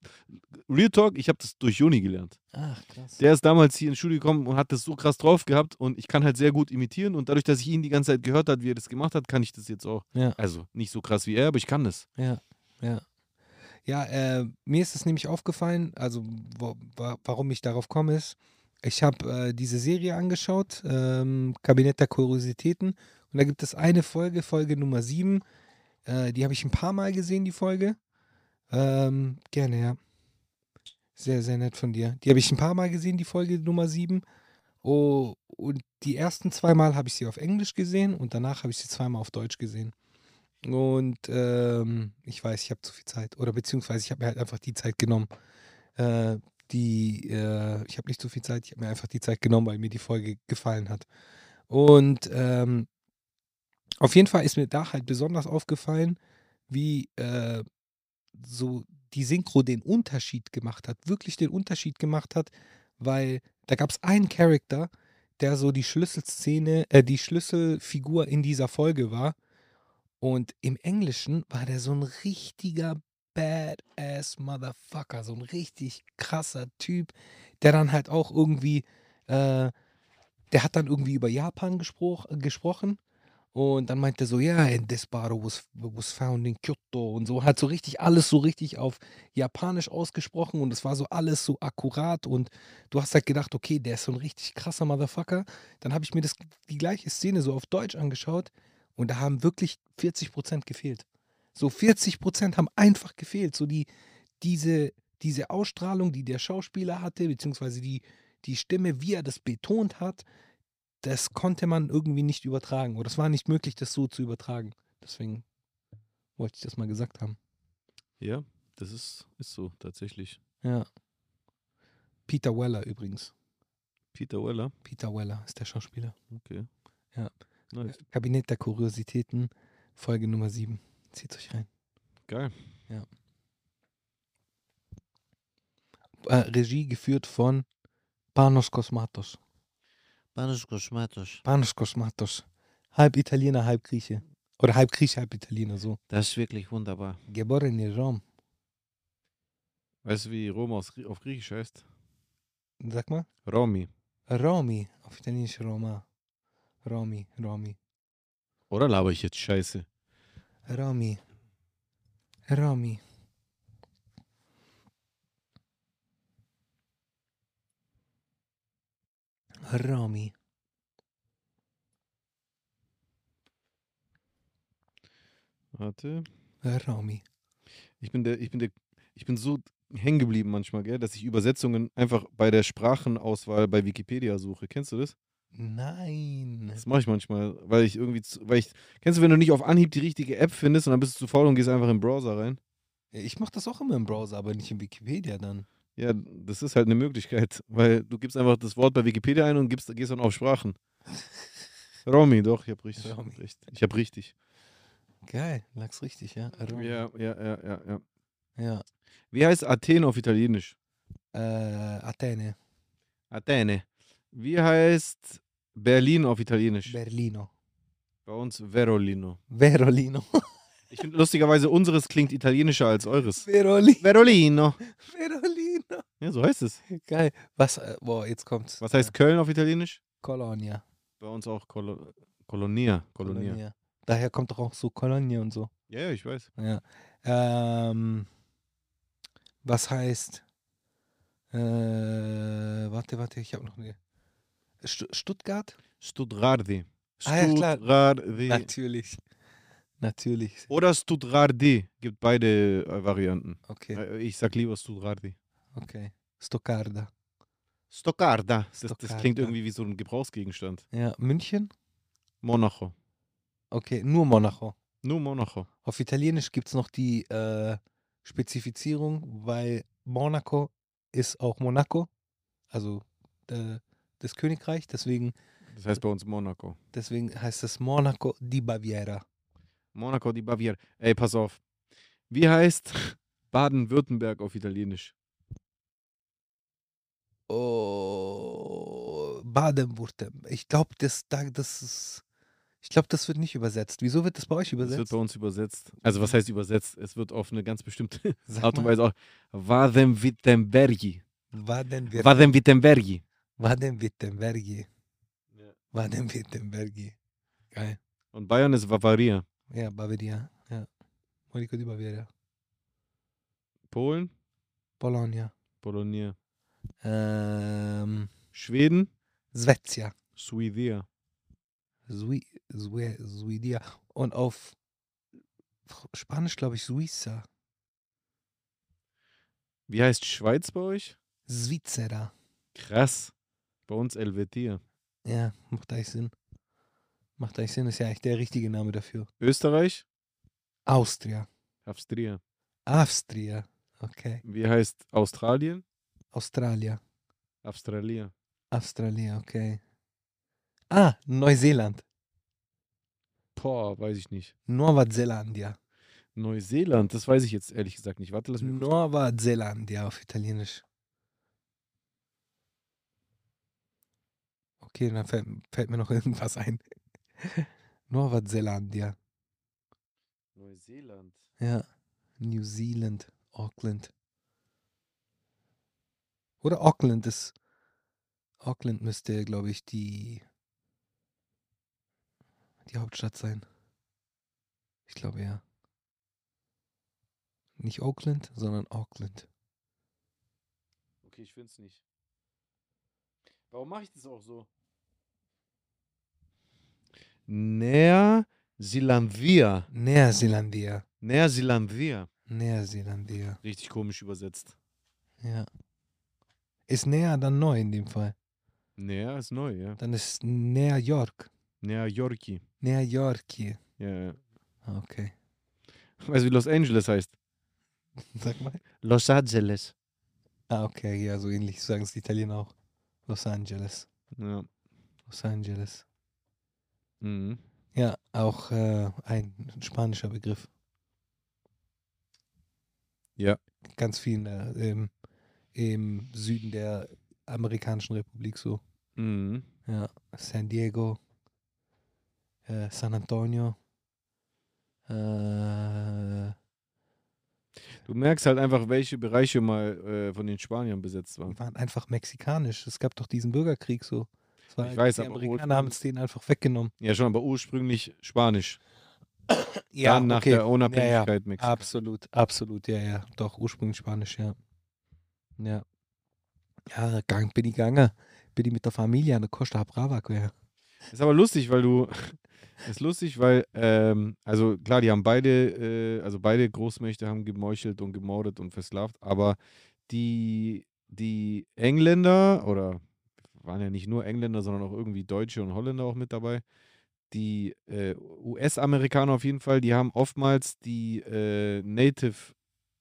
[SPEAKER 3] Real Talk, ich habe das durch Juni gelernt.
[SPEAKER 2] Ach, krass.
[SPEAKER 3] Der ist damals hier ins Studio gekommen und hat das so krass drauf gehabt und ich kann halt sehr gut imitieren und dadurch, dass ich ihn die ganze Zeit gehört habe, wie er das gemacht hat, kann ich das jetzt auch.
[SPEAKER 2] Ja.
[SPEAKER 3] Also nicht so krass wie er, aber ich kann das.
[SPEAKER 2] Ja, ja. Ja, äh, mir ist es nämlich aufgefallen, also wo, wa warum ich darauf komme, ist, ich habe äh, diese Serie angeschaut, ähm, Kabinett der Kuriositäten, und da gibt es eine Folge, Folge Nummer 7, äh, die habe ich ein paar Mal gesehen, die Folge. Ähm, gerne, ja. Sehr, sehr nett von dir. Die habe ich ein paar Mal gesehen, die Folge Nummer 7. Oh, und die ersten zwei Mal habe ich sie auf Englisch gesehen und danach habe ich sie zweimal auf Deutsch gesehen. Und ähm, ich weiß, ich habe zu viel Zeit. Oder beziehungsweise ich habe mir halt einfach die Zeit genommen. Äh, die, äh, ich habe nicht zu viel Zeit, ich habe mir einfach die Zeit genommen, weil mir die Folge gefallen hat. Und ähm, auf jeden Fall ist mir da halt besonders aufgefallen, wie äh, so die Synchro den Unterschied gemacht hat, wirklich den Unterschied gemacht hat, weil da gab es einen Charakter, der so die Schlüsselszene, äh, die Schlüsselfigur in dieser Folge war. Und im Englischen war der so ein richtiger Badass Motherfucker, so ein richtig krasser Typ, der dann halt auch irgendwie, äh, der hat dann irgendwie über Japan gesproch, gesprochen und dann meinte er so, ja, and this bottle was, was found in Kyoto und so, hat so richtig alles so richtig auf Japanisch ausgesprochen und es war so alles so akkurat und du hast halt gedacht, okay, der ist so ein richtig krasser Motherfucker. Dann habe ich mir das, die gleiche Szene so auf Deutsch angeschaut und da haben wirklich 40 Prozent gefehlt. So 40 Prozent haben einfach gefehlt. So die, diese, diese Ausstrahlung, die der Schauspieler hatte, beziehungsweise die, die Stimme, wie er das betont hat, das konnte man irgendwie nicht übertragen. Oder es war nicht möglich, das so zu übertragen. Deswegen wollte ich das mal gesagt haben.
[SPEAKER 3] Ja, das ist, ist so tatsächlich.
[SPEAKER 2] Ja. Peter Weller übrigens.
[SPEAKER 3] Peter Weller.
[SPEAKER 2] Peter Weller ist der Schauspieler.
[SPEAKER 3] Okay.
[SPEAKER 2] Ja.
[SPEAKER 3] Nice.
[SPEAKER 2] Kabinett der Kuriositäten, Folge Nummer 7. Zieht euch rein.
[SPEAKER 3] Geil.
[SPEAKER 2] äh, Regie geführt von Panos Kosmatos.
[SPEAKER 4] Panos Kosmatos,
[SPEAKER 2] Panos Kosmatos. Halb Italiener, halb Grieche. Oder halb Grieche, halb Italiener, so.
[SPEAKER 4] das ist wirklich wunderbar.
[SPEAKER 2] Geboren in Rom.
[SPEAKER 3] Weißt du, wie Rom aus, Grie- auf Griechisch heißt?
[SPEAKER 2] Sag mal.
[SPEAKER 3] Romi.
[SPEAKER 2] Romi. Auf Italienisch Roma. Romi, Romi.
[SPEAKER 3] Oder laber ich jetzt Scheiße?
[SPEAKER 2] Romi. Romi. Romi.
[SPEAKER 3] Warte.
[SPEAKER 2] Romi.
[SPEAKER 3] Ich bin der, ich bin der, ich bin so hängen geblieben manchmal, gell, dass ich Übersetzungen einfach bei der Sprachenauswahl bei Wikipedia suche. Kennst du das?
[SPEAKER 2] Nein.
[SPEAKER 3] Das mache ich manchmal, weil ich irgendwie, zu, weil ich, kennst du, wenn du nicht auf Anhieb die richtige App findest und dann bist du zu faul und gehst einfach in den Browser rein?
[SPEAKER 2] Ich mach das auch immer im Browser, aber nicht in Wikipedia dann.
[SPEAKER 3] Ja, das ist halt eine Möglichkeit, weil du gibst einfach das Wort bei Wikipedia ein und gibst, gehst dann auf Sprachen. Romy, doch, ich habe richtig,
[SPEAKER 2] Romy.
[SPEAKER 3] recht. Ich habe richtig.
[SPEAKER 2] Geil, lag's richtig, ja. Rom.
[SPEAKER 3] Ja, ja, ja, ja, ja.
[SPEAKER 2] Ja.
[SPEAKER 3] Wie heißt Athen auf Italienisch?
[SPEAKER 2] Äh, Athene,
[SPEAKER 3] Athene. Wie heißt Berlin auf Italienisch?
[SPEAKER 2] Berlino,
[SPEAKER 3] bei uns Verolino.
[SPEAKER 2] Verolino.
[SPEAKER 3] Ich finde lustigerweise, unseres klingt italienischer als eures.
[SPEAKER 2] Verolino.
[SPEAKER 3] Verolino.
[SPEAKER 2] Verolino.
[SPEAKER 3] Ja, so heißt es.
[SPEAKER 2] Geil. Was, äh, boah, jetzt äh, kommt's.
[SPEAKER 3] Was heißt Köln auf Italienisch?
[SPEAKER 2] Colonia.
[SPEAKER 3] Bei uns auch Kolo Kolonia. Kolonia.
[SPEAKER 2] Colonia. Daher kommt doch auch so Colonia und so.
[SPEAKER 3] Ja, ja, ich weiß.
[SPEAKER 2] Ja. Ähm, was heißt? Äh, warte, warte, ich habe noch eine. Stu- Stuttgart?
[SPEAKER 3] Stutrardi.
[SPEAKER 2] Ah, ja, klar.
[SPEAKER 3] Stutrardi.
[SPEAKER 2] Natürlich. Natürlich.
[SPEAKER 3] Oder Stutrardi. Gibt beide äh, Varianten.
[SPEAKER 2] Okay,
[SPEAKER 3] Äh, Ich sag lieber Stutrardi.
[SPEAKER 2] okay. Stoccarda.
[SPEAKER 3] Stoccarda. Das, das
[SPEAKER 2] Stoccarda.
[SPEAKER 3] klingt irgendwie wie so ein Gebrauchsgegenstand.
[SPEAKER 2] Ja, München?
[SPEAKER 3] Monaco.
[SPEAKER 2] Okay, nur Monaco.
[SPEAKER 3] Nur Monaco.
[SPEAKER 2] Auf Italienisch gibt es noch die äh, Spezifizierung, weil Monaco ist auch Monaco, also äh, das Königreich, deswegen,
[SPEAKER 3] Das heißt bei uns Monaco.
[SPEAKER 2] deswegen heißt es Monaco di Baviera.
[SPEAKER 3] Monaco di Baviera. Ey, pass auf. Wie heißt Baden-Württemberg auf Italienisch?
[SPEAKER 2] Oh, Baden-Württemberg. Ich glaube, das, da- das ist. Ich glaube, das wird nicht übersetzt. Wieso wird das bei euch
[SPEAKER 3] Das wird
[SPEAKER 2] übersetzt?
[SPEAKER 3] bei uns übersetzt. Also was heißt übersetzt? Es wird auf eine ganz bestimmte
[SPEAKER 2] Sag
[SPEAKER 3] Art und
[SPEAKER 2] mal,
[SPEAKER 3] Weise auch. Baden-Württembergi.
[SPEAKER 2] Baden-Württemberg.
[SPEAKER 3] Baden-Württembergi.
[SPEAKER 2] Baden-Württemberg.
[SPEAKER 3] Ja.
[SPEAKER 2] Baden-Württemberg. Geil.
[SPEAKER 3] Und Bayern ist Bavaria.
[SPEAKER 2] Ja, Bavaria. Ja. Monaco di Baviera.
[SPEAKER 3] Polen?
[SPEAKER 2] Bologna.
[SPEAKER 3] Bologna.
[SPEAKER 2] Ähm,
[SPEAKER 3] Schweden?
[SPEAKER 2] Svezia.
[SPEAKER 3] Suidia.
[SPEAKER 2] Sui, Sue, Suidia. Und auf Spanisch, glaube ich, Suiza.
[SPEAKER 3] Wie heißt Schweiz bei euch?
[SPEAKER 2] Svizzera.
[SPEAKER 3] Krass. Bei uns Elvetia.
[SPEAKER 2] Ja, macht eigentlich Sinn. Macht eigentlich Sinn, ist ja eigentlich der richtige Name dafür.
[SPEAKER 3] Österreich?
[SPEAKER 2] Austria.
[SPEAKER 3] Austria.
[SPEAKER 2] Austria. Okay.
[SPEAKER 3] Wie heißt Australien?
[SPEAKER 2] Australia.
[SPEAKER 3] Australia.
[SPEAKER 2] Australia, okay. Ah, Neuseeland.
[SPEAKER 3] Boah, weiß ich nicht.
[SPEAKER 2] Nova Zelandia.
[SPEAKER 3] Neuseeland, das weiß ich jetzt ehrlich gesagt nicht. Warte, lass mich. kurz-
[SPEAKER 2] Nova Zelandia auf Italienisch. Okay, dann fällt, fällt mir noch irgendwas ein. Nova Zelandia.
[SPEAKER 3] Neuseeland.
[SPEAKER 2] Ja. New Zealand, Auckland. Oder Auckland ist. Auckland müsste, glaube ich, die, die Hauptstadt sein. Ich glaube ja. Nicht Auckland, sondern Auckland.
[SPEAKER 3] Okay, ich finde es nicht. Warum mache ich das auch so? Neuseelandia.
[SPEAKER 2] Neuseelandia.
[SPEAKER 3] Neuseelandia.
[SPEAKER 2] Neuseelandia.
[SPEAKER 3] Richtig komisch übersetzt.
[SPEAKER 2] Ja. Ist näher dann neu in dem Fall.
[SPEAKER 3] Nea ist neu, ja.
[SPEAKER 2] Dann ist New York.
[SPEAKER 3] Nea Yorkie.
[SPEAKER 2] New York hier.
[SPEAKER 3] Ja, ja.
[SPEAKER 2] Ah, Okay.
[SPEAKER 3] Weißt du, wie Los Angeles heißt?
[SPEAKER 2] Sag mal.
[SPEAKER 4] Los Angeles.
[SPEAKER 2] Ah, okay, ja, so ähnlich sagen es die Italiener auch. Los Angeles.
[SPEAKER 3] Ja.
[SPEAKER 2] Los Angeles.
[SPEAKER 3] Mhm.
[SPEAKER 2] Ja, auch äh, ein spanischer Begriff.
[SPEAKER 3] Ja.
[SPEAKER 2] Ganz viel in der, im, im Süden der Amerikanischen Republik so.
[SPEAKER 3] Mhm.
[SPEAKER 2] Ja, San Diego, äh, San Antonio. Äh,
[SPEAKER 3] Du merkst halt einfach, welche Bereiche mal äh, von den Spaniern besetzt waren.
[SPEAKER 2] die waren einfach mexikanisch. Es gab doch diesen Bürgerkrieg so. Es war
[SPEAKER 3] Ich
[SPEAKER 2] halt-
[SPEAKER 3] weiß,
[SPEAKER 2] die
[SPEAKER 3] aber
[SPEAKER 2] Amerikaner haben es denen einfach weggenommen.
[SPEAKER 3] Ja, schon, aber ursprünglich Spanisch. Dann nach der Unabhängigkeit Mexiko.
[SPEAKER 2] Absolut, absolut, ja, ja. Doch, ursprünglich Spanisch, ja. Ja. Ja, gang, bin ich gegangen. Bin ich mit der Familie an der Costa Brava gegangen.
[SPEAKER 3] Ist aber lustig, weil du. Ist lustig, weil, ähm, also klar, die haben beide, äh, also beide Großmächte haben gemeuchelt und gemordet und versklavt, aber die, die Engländer, oder waren ja nicht nur Engländer, sondern auch irgendwie Deutsche und Holländer auch mit dabei, die äh, US-Amerikaner auf jeden Fall, die haben oftmals die äh,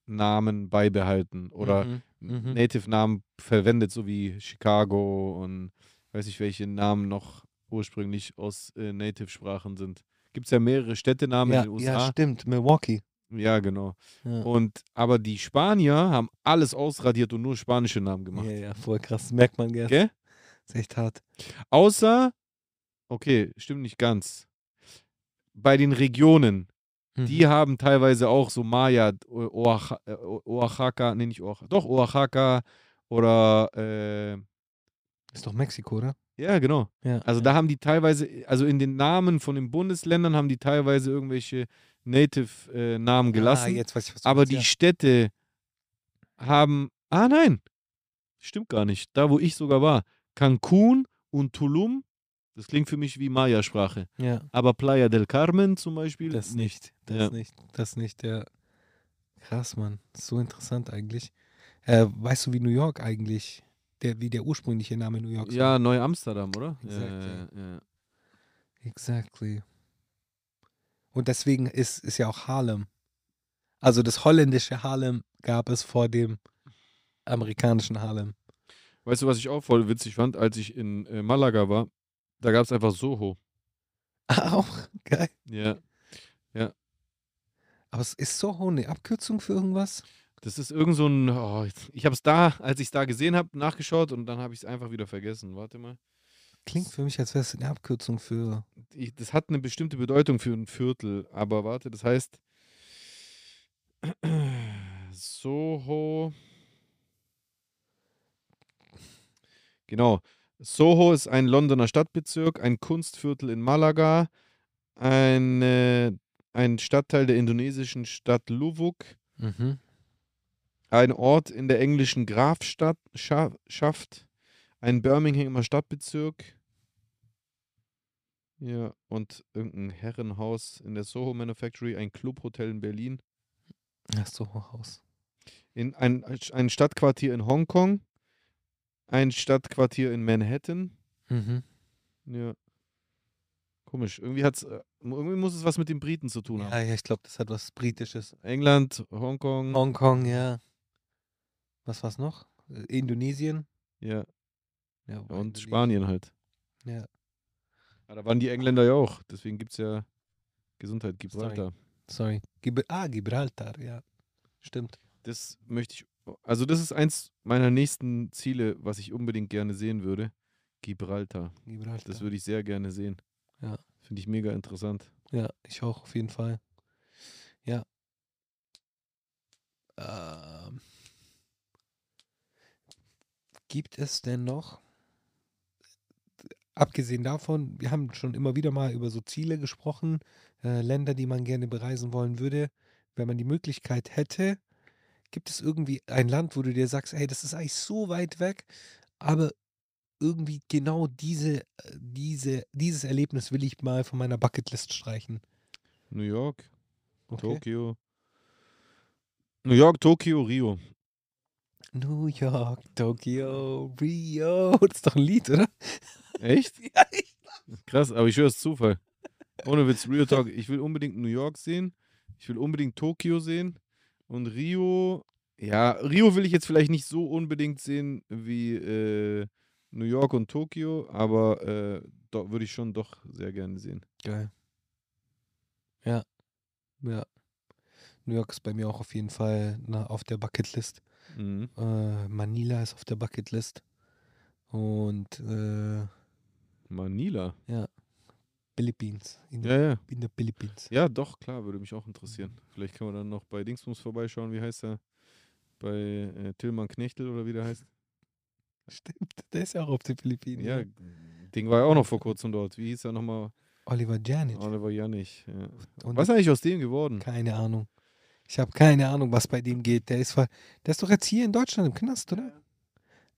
[SPEAKER 3] Native-Namen beibehalten oder ne,
[SPEAKER 2] Mhm, mhm.
[SPEAKER 3] Native-Namen verwendet, so wie Chicago und weiß ich welche Namen noch ursprünglich aus äh, Native-Sprachen sind. Gibt es ja mehrere Städtenamen
[SPEAKER 2] ja,
[SPEAKER 3] in den
[SPEAKER 2] ja,
[SPEAKER 3] USA.
[SPEAKER 2] stimmt, Milwaukee.
[SPEAKER 3] Ja, genau.
[SPEAKER 2] Ja.
[SPEAKER 3] Und aber die Spanier haben alles ausradiert und nur spanische Namen gemacht.
[SPEAKER 2] Ja, ja, voll krass, merkt man gell?
[SPEAKER 3] Gell?
[SPEAKER 2] Ist echt hart.
[SPEAKER 3] Außer, okay, stimmt nicht ganz. Bei den Regionen
[SPEAKER 2] Mhm.
[SPEAKER 3] Die haben teilweise auch so Maya, O- Oaxa- äh, O- Oaxaca, nee, nicht Oaxaca, doch Oaxaca oder, äh,
[SPEAKER 2] ist doch Mexiko, oder?
[SPEAKER 3] ja, genau.
[SPEAKER 2] Ja.
[SPEAKER 3] Also da haben die teilweise, also in den Namen von den Bundesländern haben die teilweise irgendwelche Native-Namen
[SPEAKER 2] Ah,
[SPEAKER 3] gelassen.
[SPEAKER 2] jetzt weiß ich, was du
[SPEAKER 3] aber
[SPEAKER 2] meinst,
[SPEAKER 3] die
[SPEAKER 2] ja.
[SPEAKER 3] Städte haben, ah nein, stimmt gar nicht. Da, wo ich sogar war, Cancun und Tulum, das klingt für mich wie Maya-Sprache.
[SPEAKER 2] Ja,
[SPEAKER 3] Aber Playa del Carmen zum Beispiel
[SPEAKER 2] das
[SPEAKER 3] nicht.
[SPEAKER 2] nicht. Das
[SPEAKER 3] Ja.
[SPEAKER 2] nicht. Das nicht, ja. Krass, Mann. So interessant eigentlich. Äh, weißt du, wie New York eigentlich, der, wie der ursprüngliche Name New Yorks
[SPEAKER 3] Ja, Neu-Amsterdam, oder? Ja,
[SPEAKER 2] Exakt,
[SPEAKER 3] ja, ja.
[SPEAKER 2] Exactly. Und deswegen ist, ist ja auch Harlem. Also das holländische Harlem gab es vor dem amerikanischen Harlem.
[SPEAKER 3] Weißt du, was ich auch voll witzig fand, als ich in äh, Malaga war? Da gab es einfach Soho.
[SPEAKER 2] Ah, Auch geil.
[SPEAKER 3] Ja.
[SPEAKER 2] Aber es ist Soho eine Abkürzung für irgendwas?
[SPEAKER 3] Das ist irgend so ein. Oh, jetzt- ich habe es da, als ich es da gesehen habe, nachgeschaut und dann habe ich es einfach wieder vergessen. Warte mal.
[SPEAKER 2] Klingt für mich, als wäre es eine Abkürzung für.
[SPEAKER 3] Ich, das hat eine bestimmte Bedeutung für ein Viertel, aber warte, das heißt. Soho. Genau. Soho ist ein Londoner Stadtbezirk, ein Kunstviertel in Malaga, ein, äh, ein Stadtteil der indonesischen Stadt Luwuk, ein Ort in der englischen Grafstadt, Scha- Schaft, ein Birminghamer Stadtbezirk. Ja, und irgendein Herrenhaus in der Soho Manufactory, ein Clubhotel in Berlin,
[SPEAKER 2] Ach, Soho Haus.
[SPEAKER 3] in ein, ein Stadtquartier in Hongkong, ein Stadtquartier in Manhattan.
[SPEAKER 2] Mhm.
[SPEAKER 3] Ja. Komisch. Irgendwie, hat's, äh, irgendwie muss es was mit den Briten zu tun haben.
[SPEAKER 2] Ja, ja, ich glaube, das hat was Britisches.
[SPEAKER 3] England, Hongkong.
[SPEAKER 2] Hongkong, ja. Was war's noch? Äh, Indonesien.
[SPEAKER 3] Ja,
[SPEAKER 2] Ja,
[SPEAKER 3] und
[SPEAKER 2] wobei Indonesien-
[SPEAKER 3] Spanien halt.
[SPEAKER 2] Ja.
[SPEAKER 3] Ja, da waren die Engländer ja auch. Deswegen gibt es ja Gesundheit, gibt's
[SPEAKER 2] Sorry.
[SPEAKER 3] weiter.
[SPEAKER 2] Sorry. Gib ah, Gibraltar, ja. Stimmt.
[SPEAKER 3] Das möchte ich. Also, das ist eins meiner nächsten Ziele, was ich unbedingt gerne sehen würde. Gibraltar.
[SPEAKER 2] Gibraltar.
[SPEAKER 3] Das würde ich sehr gerne sehen.
[SPEAKER 2] Ja.
[SPEAKER 3] Finde ich mega interessant.
[SPEAKER 2] Ja, ich auch, auf jeden Fall. Ja. Ähm. Gibt es denn noch, abgesehen davon, wir haben schon immer wieder mal über so Ziele gesprochen, äh, Länder, die man gerne bereisen wollen würde, wenn man die Möglichkeit hätte, gibt es irgendwie ein Land, wo du dir sagst, hey, das ist eigentlich so weit weg, aber irgendwie genau diese, diese, dieses Erlebnis will ich mal von meiner Bucketlist streichen.
[SPEAKER 3] New York,
[SPEAKER 2] Okay.
[SPEAKER 3] Tokio. New York, Tokio, Rio.
[SPEAKER 2] New York, Tokio, Rio. Das ist doch ein Lied, oder?
[SPEAKER 3] Echt?
[SPEAKER 2] Ja, ich-
[SPEAKER 3] Krass, aber ich höre es Zufall. Ohne Witz, Real Talk. Ich will unbedingt New York sehen. Ich will unbedingt Tokio sehen. Und Rio. Ja, Rio will ich jetzt vielleicht nicht so unbedingt sehen wie äh, New York und Tokio, aber äh, do- würde ich schon doch sehr gerne sehen.
[SPEAKER 2] Geil. Ja. Ja. New York ist bei mir auch auf jeden Fall na, auf der Bucketlist.
[SPEAKER 3] Mhm.
[SPEAKER 2] Äh, Manila ist auf der Bucketlist. Und äh,
[SPEAKER 3] Manila.
[SPEAKER 2] Philippines. In,
[SPEAKER 3] Ja, ja.
[SPEAKER 2] in der Philippines.
[SPEAKER 3] Ja, doch, klar, würde mich auch interessieren. Vielleicht können wir dann noch bei Dingsbums vorbeischauen. Wie heißt er? Bei äh, Tillmann Knechtel oder wie der heißt?
[SPEAKER 2] Stimmt, der ist ja auch auf den Philippinen.
[SPEAKER 3] Ja, Ding war ja auch noch vor kurzem dort. Wie hieß er nochmal?
[SPEAKER 2] Oliver Janet.
[SPEAKER 3] Oliver Janich. Ja.
[SPEAKER 2] Und
[SPEAKER 3] Was ist eigentlich aus dem geworden?
[SPEAKER 2] Keine Ahnung. Ich habe keine Ahnung, was bei dem geht. Der ist, ver- der ist doch jetzt hier in Deutschland im Knast, oder?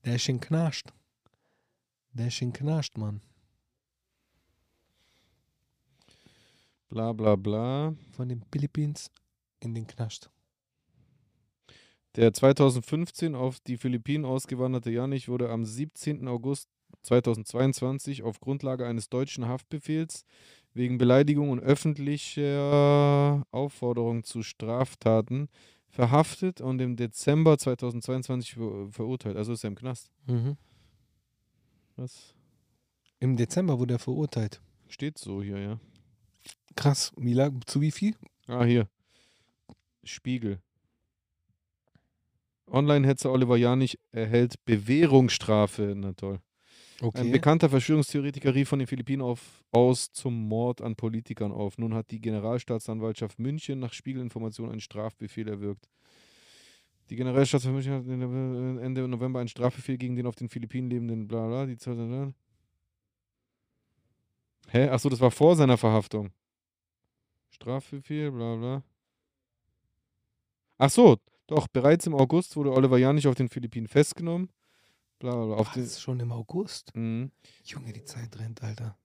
[SPEAKER 2] Der ist in Knast. Der ist in Knast, Mann.
[SPEAKER 3] Bla bla bla.
[SPEAKER 2] Von den Philippins in den Knast.
[SPEAKER 3] Der 2015 auf die Philippinen ausgewanderte Janich wurde am 17. August 2022 auf Grundlage eines deutschen Haftbefehls wegen Beleidigung und öffentlicher Aufforderung zu Straftaten verhaftet und im Dezember 2022 ver verurteilt. Also ist er im Knast.
[SPEAKER 2] Mhm.
[SPEAKER 3] Das
[SPEAKER 2] Im Dezember wurde er verurteilt.
[SPEAKER 3] steht so hier, ja.
[SPEAKER 2] Krass. Wie lang, zu wie viel?
[SPEAKER 3] Ah, hier. Spiegel. Online-Hetzer Oliver Janich erhält Bewährungsstrafe. Na toll. Ein
[SPEAKER 2] Okay.
[SPEAKER 3] bekannter Verschwörungstheoretiker rief von den Philippinen auf, aus zum Mord an Politikern auf. Nun hat die Generalstaatsanwaltschaft München nach Spiegelinformationen einen Strafbefehl erwirkt. Die Generalstaatsanwaltschaft München hat Ende November einen Strafbefehl gegen den auf den Philippinen lebenden bla bla. Die Zahl- bla, bla. Hä? Achso, das war vor seiner Verhaftung. Strafbefehl, bla bla. Ach so, doch, bereits im August wurde Oliver Janich auf den Philippinen festgenommen. Bla bla. bla. Auf
[SPEAKER 2] Boah,
[SPEAKER 3] den,
[SPEAKER 2] das ist schon im August.
[SPEAKER 3] Mhm.
[SPEAKER 2] Junge, die Zeit rennt, Alter.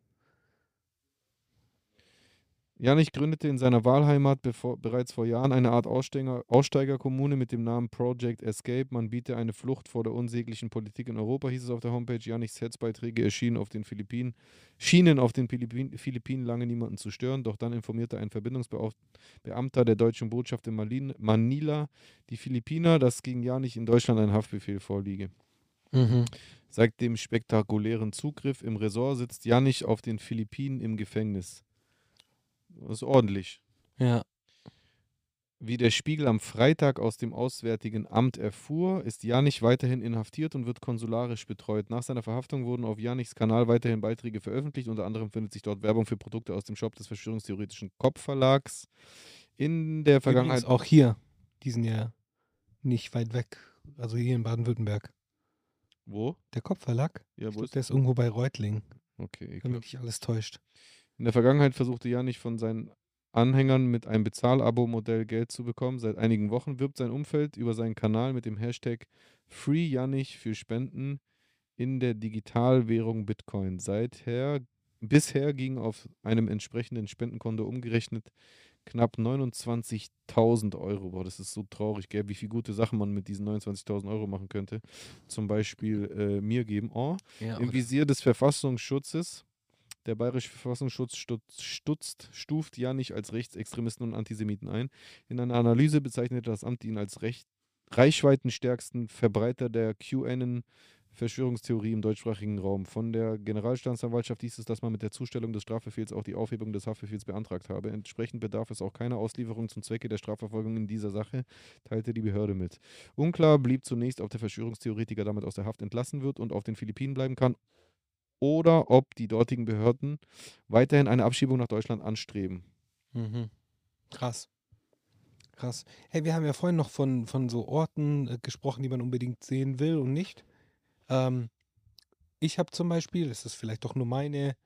[SPEAKER 3] Janich gründete in seiner Wahlheimat bevor, bereits vor Jahren eine Art Aussteiger, Aussteigerkommune mit dem Namen Project Escape. Man biete eine Flucht vor der unsäglichen Politik in Europa, hieß es auf der Homepage. Janichs Hetzbeiträge erschienen auf den Philippinen, schienen auf den Philippinen, Philippinen lange niemanden zu stören, doch dann informierte ein Verbindungsbeamter der deutschen Botschaft in Malin, Manila die Philippiner, dass gegen Janich in Deutschland ein Haftbefehl vorliege.
[SPEAKER 2] Mhm.
[SPEAKER 3] Seit dem spektakulären Zugriff im Ressort sitzt Janich auf den Philippinen im Gefängnis. Das ist ordentlich.
[SPEAKER 2] Ja.
[SPEAKER 3] Wie der Spiegel am Freitag aus dem Auswärtigen Amt erfuhr, ist Janich weiterhin inhaftiert und wird konsularisch betreut. Nach seiner Verhaftung wurden auf Janichs Kanal weiterhin Beiträge veröffentlicht. Unter anderem findet sich dort Werbung für Produkte aus dem Shop des verschwörungstheoretischen Kopfverlags. In der Vergangenheit.
[SPEAKER 2] Übrigens auch hier. Die sind ja nicht weit weg. Also hier in Baden-Württemberg.
[SPEAKER 3] Wo?
[SPEAKER 2] Der Kopfverlag,
[SPEAKER 3] Ja, wo
[SPEAKER 2] glaub,
[SPEAKER 3] ist
[SPEAKER 2] der ist irgendwo bei Reutlingen,
[SPEAKER 3] Okay, ich
[SPEAKER 2] wenn
[SPEAKER 3] glaub-
[SPEAKER 2] mich nicht alles täuscht.
[SPEAKER 3] In der Vergangenheit versuchte Janich von seinen Anhängern mit einem Bezahlabo-Modell Geld zu bekommen. Seit einigen Wochen wirbt sein Umfeld über seinen Kanal mit dem Hashtag FreeJanich für Spenden in der Digitalwährung Bitcoin. Seither, bisher gingen auf einem entsprechenden Spendenkonto umgerechnet knapp 29.000 Euro. Boah, das ist so traurig, gell? wie viele gute Sachen man mit diesen 29.000 Euro machen könnte. Zum Beispiel äh, mir geben. Oh,
[SPEAKER 2] Ja,
[SPEAKER 3] im Visier des Verfassungsschutzes. Der Bayerische Verfassungsschutz stutz- stutzt, stuft Janich als Rechtsextremisten und Antisemiten ein. In einer Analyse bezeichnete das Amt ihn als recht, reichweitenstärksten Verbreiter der QAnon-Verschwörungstheorie im deutschsprachigen Raum. Von der Generalstaatsanwaltschaft hieß es, dass man mit der Zustellung des Strafbefehls auch die Aufhebung des Haftbefehls beantragt habe. Entsprechend bedarf es auch keiner Auslieferung zum Zwecke der Strafverfolgung in dieser Sache, teilte die Behörde mit. Unklar blieb zunächst, ob der Verschwörungstheoretiker damit aus der Haft entlassen wird und auf den Philippinen bleiben kann oder ob die dortigen Behörden weiterhin eine Abschiebung nach Deutschland anstreben.
[SPEAKER 2] Mhm. Krass. Krass. Hey, wir haben ja vorhin noch von, von so Orten äh, gesprochen, die man unbedingt sehen will und nicht. Ähm, ich habe zum Beispiel, das ist vielleicht doch nur meine,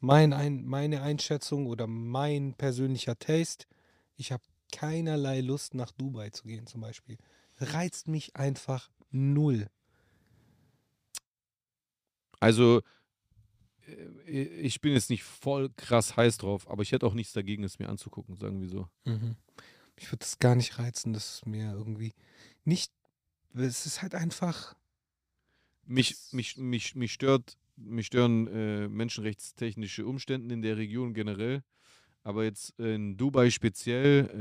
[SPEAKER 2] mein ein, meine Einschätzung oder mein persönlicher Taste, ich habe keinerlei Lust, nach Dubai zu gehen zum Beispiel. Reizt mich einfach null.
[SPEAKER 3] Also äh, ich bin jetzt nicht voll krass heiß drauf, aber ich hätte auch nichts dagegen, es mir anzugucken, sagen wir so.
[SPEAKER 2] Mhm. Ich würde es gar nicht reizen, das ist mir irgendwie nicht. Es ist halt einfach.
[SPEAKER 3] Mich, mich, mich, mich, stört, mich stören äh, menschenrechtstechnische Umstände in der Region generell, aber jetzt in Dubai speziell.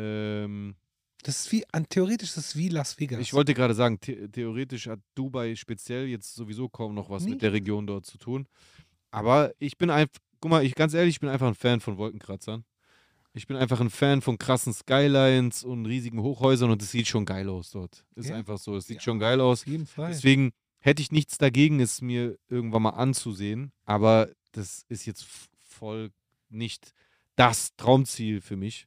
[SPEAKER 3] Ähm,
[SPEAKER 2] Das ist wie, an- theoretisch ist es wie Las Vegas.
[SPEAKER 3] Ich wollte gerade sagen, the theoretisch hat Dubai speziell jetzt sowieso kaum noch was mit der Region dort zu tun. Aber ich bin einfach, guck mal, ich ganz ehrlich, ich bin einfach ein Fan von Wolkenkratzern. Ich bin einfach ein Fan von krassen Skylines und riesigen Hochhäusern und es sieht schon geil aus dort. Ist
[SPEAKER 2] Ja.
[SPEAKER 3] einfach so, es sieht
[SPEAKER 2] Ja.
[SPEAKER 3] schon geil aus.
[SPEAKER 2] Auf jeden Fall.
[SPEAKER 3] Deswegen hätte ich nichts dagegen, es mir irgendwann mal anzusehen. Aber das ist jetzt f- voll nicht das Traumziel für mich.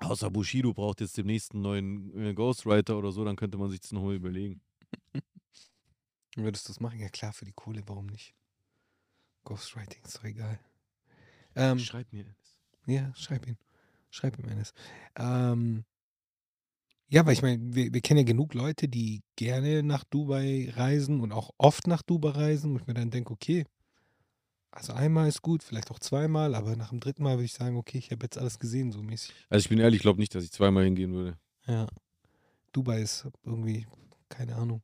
[SPEAKER 3] Außer Bushido braucht jetzt demnächst einen neuen äh, Ghostwriter oder so, dann könnte man sich das nochmal überlegen.
[SPEAKER 2] Würdest du es machen? Ja klar, für die Kohle, warum nicht? Ghostwriting ist doch egal. Ähm,
[SPEAKER 3] Schreib mir Alice.
[SPEAKER 2] ja, schreib ihn. Schreib ihm eines. Ähm, ja, weil ich meine, wir, wir kennen ja genug Leute, die gerne nach Dubai reisen und auch oft nach Dubai reisen, wo ich mir dann denke, okay, also einmal ist gut, vielleicht auch zweimal, aber nach dem dritten Mal würde ich sagen, okay, ich habe jetzt alles gesehen, so mäßig.
[SPEAKER 3] Also ich bin ehrlich, ich glaube nicht, dass ich zweimal hingehen würde.
[SPEAKER 2] Ja. Dubai ist irgendwie, keine Ahnung.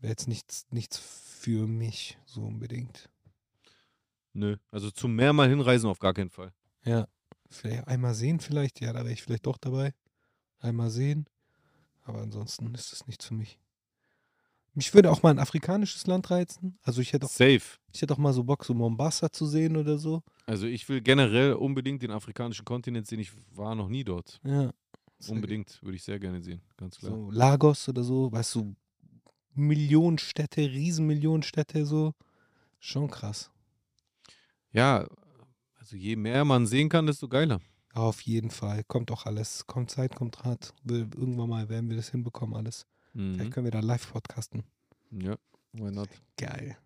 [SPEAKER 2] Wäre jetzt nichts, nichts für mich so unbedingt.
[SPEAKER 3] Nö. Also zum mehrmal hinreisen auf gar keinen Fall.
[SPEAKER 2] Ja. Vielleicht einmal sehen, vielleicht. Ja, da wäre ich vielleicht doch dabei. Einmal sehen. Aber ansonsten ist das nichts für mich. Mich würde auch mal ein afrikanisches Land reizen. Also ich hätte auch,
[SPEAKER 3] Safe.
[SPEAKER 2] ich hätte auch mal so Bock, so Mombasa zu sehen oder so.
[SPEAKER 3] Also ich will generell unbedingt den afrikanischen Kontinent sehen. Ich war noch nie dort.
[SPEAKER 2] Ja. Sehr
[SPEAKER 3] Unbedingt würde ich sehr gerne sehen, ganz klar.
[SPEAKER 2] So Lagos oder so, weißt du, Millionenstädte, Riesenmillionenstädte so. Schon krass.
[SPEAKER 3] Ja, also je mehr man sehen kann, desto geiler.
[SPEAKER 2] Auf jeden Fall. Kommt auch alles. Kommt Zeit, kommt Rat. Will, irgendwann mal werden wir das hinbekommen, alles. Vielleicht können wir da live podcasten.
[SPEAKER 3] Mhm. Ja, why not?
[SPEAKER 2] Geil.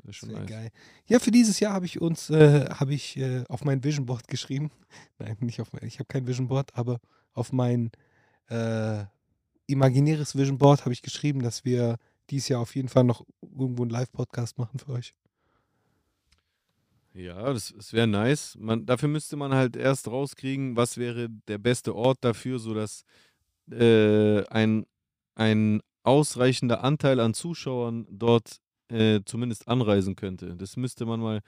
[SPEAKER 3] Das ist schon
[SPEAKER 2] Sehr
[SPEAKER 3] nice.
[SPEAKER 2] geil. Ja, für dieses Jahr habe ich uns, äh, habe ich äh, auf mein Vision Board geschrieben. Nein, nicht auf mein, ich habe kein Vision Board, aber auf mein äh, imaginäres Vision Board habe ich geschrieben, dass wir dieses Jahr auf jeden Fall noch irgendwo einen Live-Podcast machen für euch.
[SPEAKER 3] Ja, das, das wäre nice. Man, dafür müsste man halt erst rauskriegen, was wäre der beste Ort dafür, sodass äh, ein, ein ausreichender Anteil an Zuschauern dort äh, zumindest anreisen könnte. Das müsste man mal.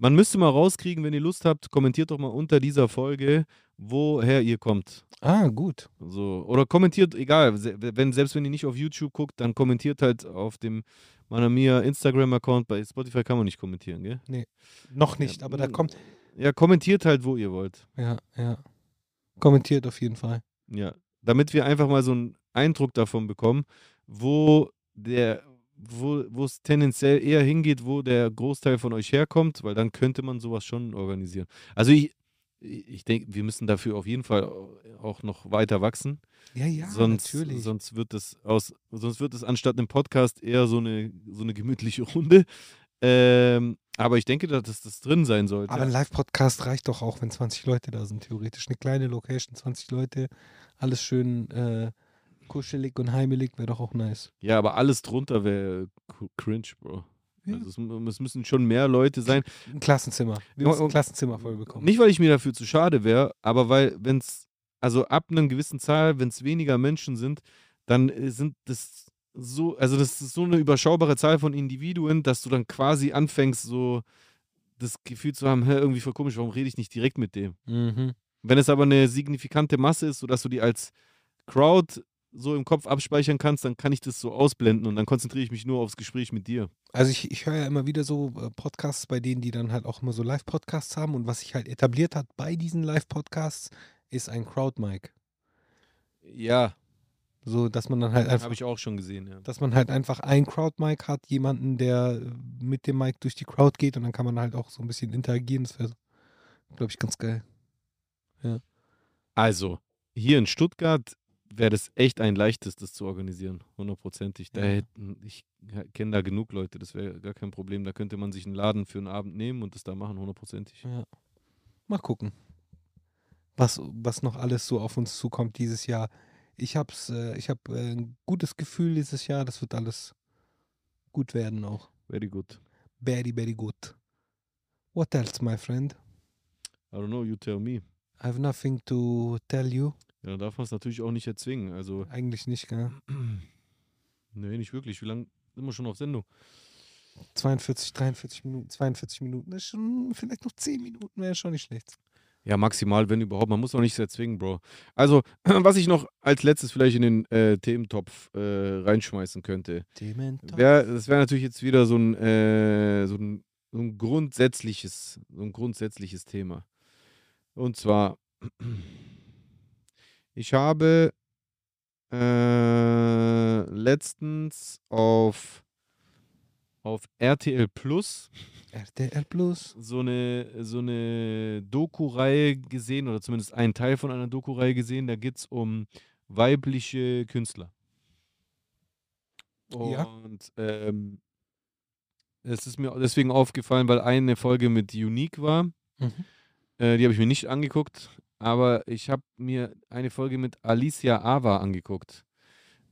[SPEAKER 3] Man müsste mal rauskriegen, wenn ihr Lust habt, kommentiert doch mal unter dieser Folge, woher ihr kommt.
[SPEAKER 2] Ah, gut.
[SPEAKER 3] So, oder kommentiert, egal, se- wenn, selbst wenn ihr nicht auf YouTube guckt, dann kommentiert halt auf dem Manamia Instagram-Account. Bei Spotify kann man nicht kommentieren, gell?
[SPEAKER 2] Noch nicht, aber da
[SPEAKER 3] mm.
[SPEAKER 2] kommt.
[SPEAKER 3] Ja, kommentiert halt, wo ihr wollt.
[SPEAKER 2] Ja, ja. Kommentiert auf jeden Fall.
[SPEAKER 3] Ja. Damit wir einfach mal so einen Eindruck davon bekommen, wo der, wo, wo es tendenziell eher hingeht, wo der Großteil von euch herkommt, weil dann könnte man sowas schon organisieren. Also ich, ich denke, wir müssen dafür auf jeden Fall auch noch weiter wachsen.
[SPEAKER 2] Ja, ja,
[SPEAKER 3] sonst,
[SPEAKER 2] natürlich.
[SPEAKER 3] sonst wird es aus, sonst wird es anstatt einem Podcast eher so eine, so eine gemütliche Runde. Ähm, aber ich denke, dass das drin sein sollte.
[SPEAKER 2] aber ein Live-Podcast reicht doch auch, wenn 20 Leute da sind, theoretisch. Eine kleine Location, 20 Leute, alles schön äh, kuschelig und heimelig, wäre doch auch nice.
[SPEAKER 3] ja, aber alles drunter wäre cr- cringe, Bro.
[SPEAKER 2] Ja.
[SPEAKER 3] Also es, mu- es müssen schon mehr Leute sein.
[SPEAKER 2] Ein Klassenzimmer. Wir
[SPEAKER 3] Und-
[SPEAKER 2] müssen ein
[SPEAKER 3] und-
[SPEAKER 2] Klassenzimmer voll bekommen.
[SPEAKER 3] Nicht, weil ich mir dafür zu schade wäre, aber weil, wenn es, also ab einer gewissen Zahl, wenn es weniger Menschen sind, dann äh, sind das so, also das ist so eine überschaubare Zahl von Individuen, dass du dann quasi anfängst, so das Gefühl zu haben, hä, irgendwie voll komisch, warum rede ich nicht direkt mit dem?
[SPEAKER 2] Mhm.
[SPEAKER 3] Wenn es aber eine signifikante Masse ist, sodass du die als Crowd so im Kopf abspeichern kannst, dann kann ich das so ausblenden und dann konzentriere ich mich nur aufs Gespräch mit dir.
[SPEAKER 2] Also ich, ich höre ja immer wieder so äh, Podcasts bei denen, die dann halt auch immer so Live-Podcasts haben. Und was sich halt etabliert hat bei diesen Live-Podcasts, ist ein Crowd-Mic.
[SPEAKER 3] Ja,
[SPEAKER 2] So, dass man dann halt einfach
[SPEAKER 3] habe ich auch schon gesehen. Ja.
[SPEAKER 2] dass man halt einfach ein Crowd-Mic hat, jemanden, der äh, mit dem Mic durch die Crowd geht und dann kann man halt auch so ein bisschen interagieren. Das wäre, glaube ich, ganz geil.
[SPEAKER 3] Also, hier in Stuttgart wäre das echt ein leichtes, das zu organisieren, hundertprozentig. Da
[SPEAKER 2] Ja.
[SPEAKER 3] hätten, ich kenne da genug Leute, das wäre gar kein Problem. Da könnte man sich einen Laden für einen Abend nehmen und das da machen, hundertprozentig.
[SPEAKER 2] Mal gucken, was, was noch alles so auf uns zukommt dieses Jahr. Ich habe äh, ich hab, äh, ein gutes Gefühl dieses Jahr, das wird alles gut werden auch.
[SPEAKER 3] Very good.
[SPEAKER 2] Very, very good. What else, my friend?
[SPEAKER 3] I don't know, you tell me.
[SPEAKER 2] I have nothing to tell you.
[SPEAKER 3] Ja, dann darf man es natürlich auch nicht erzwingen. Also,
[SPEAKER 2] Eigentlich nicht, gell?
[SPEAKER 3] nee, nicht wirklich. Wie lange sind wir schon auf Sendung?
[SPEAKER 2] 42, 43 Minuten, 42 Minuten. Das ist schon, vielleicht noch 10 Minuten wäre schon nicht schlecht.
[SPEAKER 3] Ja, maximal, wenn überhaupt. Man muss auch nichts erzwingen, Bro. Also, was ich noch als letztes vielleicht in den äh, Thementopf äh, reinschmeißen könnte,
[SPEAKER 2] Dementor.
[SPEAKER 3] wär, das wäre natürlich jetzt wieder so ein, äh, so ein, so ein grundsätzliches, so ein grundsätzliches Thema. Und zwar, ich habe äh, letztens auf, auf RTL Plus
[SPEAKER 2] RTL Plus.
[SPEAKER 3] so eine, so eine Doku-Reihe gesehen oder zumindest einen Teil von einer Doku-Reihe gesehen. Da geht es um weibliche Künstler.
[SPEAKER 2] Ja.
[SPEAKER 3] Und ähm, es ist mir deswegen aufgefallen, weil eine Folge mit Unique war.
[SPEAKER 2] Mhm.
[SPEAKER 3] Äh, die habe ich mir nicht angeguckt, aber ich habe mir eine Folge mit Alicia Ava angeguckt.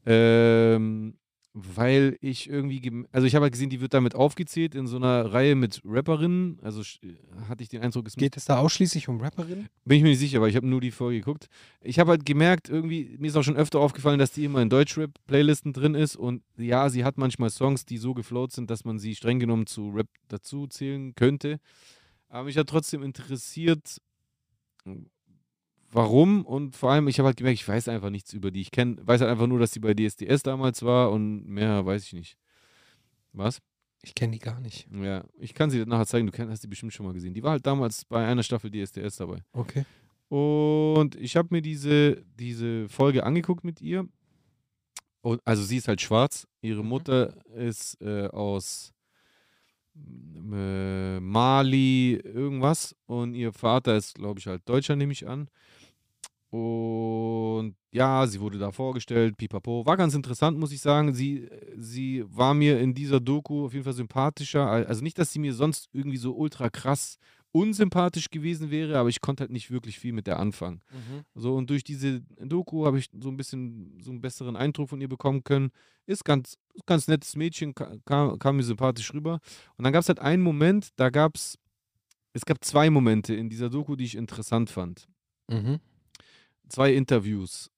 [SPEAKER 3] Ähm, weil ich irgendwie, gem- also ich habe halt gesehen, die wird damit aufgezählt in so einer Reihe mit Rapperinnen. Also sch- hatte ich den Eindruck, es
[SPEAKER 2] Geht es da ausschließlich um Rapperinnen?
[SPEAKER 3] bin ich mir nicht sicher, aber ich habe nur die Folge geguckt. Ich habe halt gemerkt, irgendwie, mir ist auch schon öfter aufgefallen, dass die immer in Deutschrap-Playlisten drin ist. Und ja, sie hat manchmal Songs, die so geflowt sind, dass man sie streng genommen zu Rap dazu zählen könnte. Aber mich hat trotzdem interessiert, warum. Und vor allem, ich habe halt gemerkt, ich weiß einfach nichts über die. Ich kenn, weiß halt einfach nur, dass sie bei DSDS damals war und mehr weiß ich nicht. Was?
[SPEAKER 2] Ich kenne die gar nicht.
[SPEAKER 3] Ja, ich kann sie dir nachher zeigen. Du kenn- hast die bestimmt schon mal gesehen. Die war halt damals bei einer Staffel DSDS dabei.
[SPEAKER 2] Okay.
[SPEAKER 3] Und ich habe mir diese, diese Folge angeguckt mit ihr. Und, also sie ist halt schwarz. Ihre
[SPEAKER 2] Mhm.
[SPEAKER 3] Mutter ist äh, aus äh, Mali, irgendwas. Und ihr Vater ist, glaube ich, halt Deutscher, nehme ich an. Und ja, sie wurde da vorgestellt, pipapo. War ganz interessant, muss ich sagen. Sie, sie war mir in dieser Doku auf jeden Fall sympathischer. Al- Also nicht, dass sie mir sonst irgendwie so ultra krass unsympathisch gewesen wäre, aber ich konnte halt nicht wirklich viel mit der anfangen.
[SPEAKER 2] Mhm.
[SPEAKER 3] So, und durch diese Doku habe ich so ein bisschen so einen besseren Eindruck von ihr bekommen können. Ist ganz, ganz nettes Mädchen, ka- kam, kam mir sympathisch rüber. Und dann gab es halt einen Moment, da gab es, es gab zwei Momente in dieser Doku, die ich interessant fand.
[SPEAKER 2] Mhm.
[SPEAKER 3] Zwei Interviews.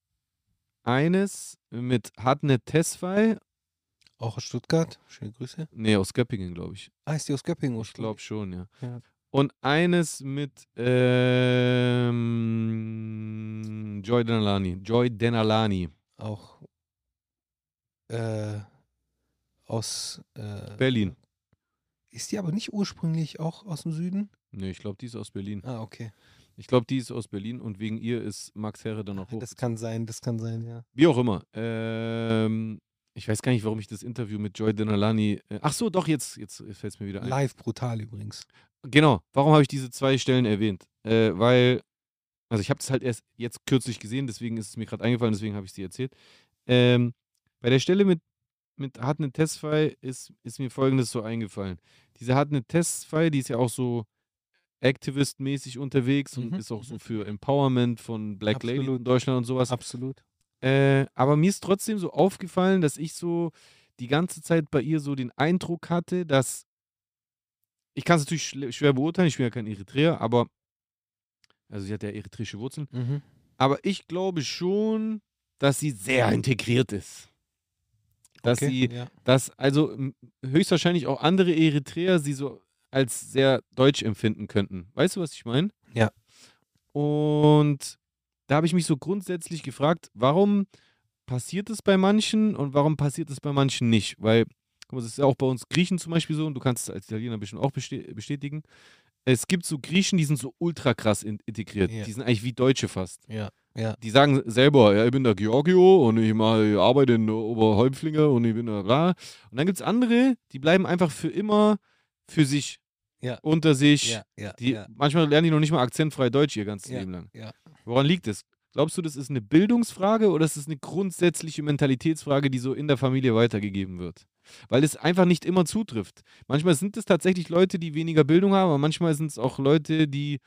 [SPEAKER 3] Eines mit Hadnet Tesfay,
[SPEAKER 2] Auch aus Stuttgart. Schöne Grüße.
[SPEAKER 3] nee, aus Göppingen, glaube ich.
[SPEAKER 2] Ah, ist die aus Göppingen
[SPEAKER 3] Ich glaube schon, ja.
[SPEAKER 2] Ja.
[SPEAKER 3] Und eines mit ähm, Joy Denalani. Joy Denalani,
[SPEAKER 2] Auch äh, aus äh,
[SPEAKER 3] Berlin.
[SPEAKER 2] Ist die aber nicht ursprünglich auch aus dem Süden?
[SPEAKER 3] Nee, Ne, ich glaube, die ist aus Berlin.
[SPEAKER 2] Ah, okay.
[SPEAKER 3] Ich glaube, die ist aus Berlin und wegen ihr ist Max Herre dann noch hoch.
[SPEAKER 2] Das kann sein, das kann sein, ja.
[SPEAKER 3] Wie auch immer. Ähm, ich weiß gar nicht, warum ich das Interview mit Joy Denalani. Äh, ach so, doch, jetzt, jetzt fällt es mir wieder ein.
[SPEAKER 2] Live brutal übrigens.
[SPEAKER 3] Genau. Warum habe ich diese zwei Stellen erwähnt? Äh, weil, also ich habe es halt erst jetzt kürzlich gesehen, deswegen ist es mir gerade eingefallen, deswegen habe ich sie erzählt. Ähm, bei der Stelle mit, mit Hartnett Testfall ist, ist mir folgendes so eingefallen. Diese Hartnett Testfall, die ist ja auch so Activist-mäßig unterwegs und
[SPEAKER 2] Mhm,
[SPEAKER 3] ist auch so
[SPEAKER 2] mhm.
[SPEAKER 3] für Empowerment von Black Ladies
[SPEAKER 2] Absolut.
[SPEAKER 3] in Deutschland und sowas.
[SPEAKER 2] Absolut.
[SPEAKER 3] Äh, aber mir ist trotzdem so aufgefallen, dass ich so die ganze Zeit bei ihr so den Eindruck hatte, dass ich kann es natürlich schle- schwer beurteilen, ich bin ja kein Eritreer, aber also sie hat ja eritreische Wurzeln,
[SPEAKER 2] Mhm.
[SPEAKER 3] aber ich glaube schon, dass sie sehr integriert ist. Dass sie
[SPEAKER 2] ja.
[SPEAKER 3] dass also m- höchstwahrscheinlich auch andere Eritreer sie so als sehr deutsch empfinden könnten. Weißt du, was ich meine?
[SPEAKER 2] Ja.
[SPEAKER 3] Und da habe ich mich so grundsätzlich gefragt, warum passiert es bei manchen und warum passiert es bei manchen nicht? Weil, guck mal, das ist ja auch bei uns Griechen zum Beispiel so und du kannst es als Italiener bestimmt auch beste- bestätigen. Es gibt so Griechen, die sind so ultra krass in integriert.
[SPEAKER 2] Ja.
[SPEAKER 3] Die sind eigentlich wie Deutsche fast.
[SPEAKER 2] Ja, ja.
[SPEAKER 3] Die sagen selber, ja, ich bin der Giorgio und ich mal arbeite in der Oberhäuptlinge und ich bin da bla. Und dann gibt es andere, die bleiben einfach für immer für sich,
[SPEAKER 2] Ja.
[SPEAKER 3] unter sich.
[SPEAKER 2] ja, ja,
[SPEAKER 3] Die,
[SPEAKER 2] ja.
[SPEAKER 3] Manchmal lernen die noch nicht mal akzentfrei Deutsch ihr ganzes
[SPEAKER 2] Ja,
[SPEAKER 3] Leben lang.
[SPEAKER 2] ja.
[SPEAKER 3] Woran liegt es? Glaubst du, das ist eine Bildungsfrage oder ist es eine grundsätzliche Mentalitätsfrage, die so in der Familie weitergegeben wird? Weil es einfach nicht immer zutrifft. Manchmal sind es tatsächlich Leute, die weniger Bildung haben, aber manchmal sind es auch Leute, die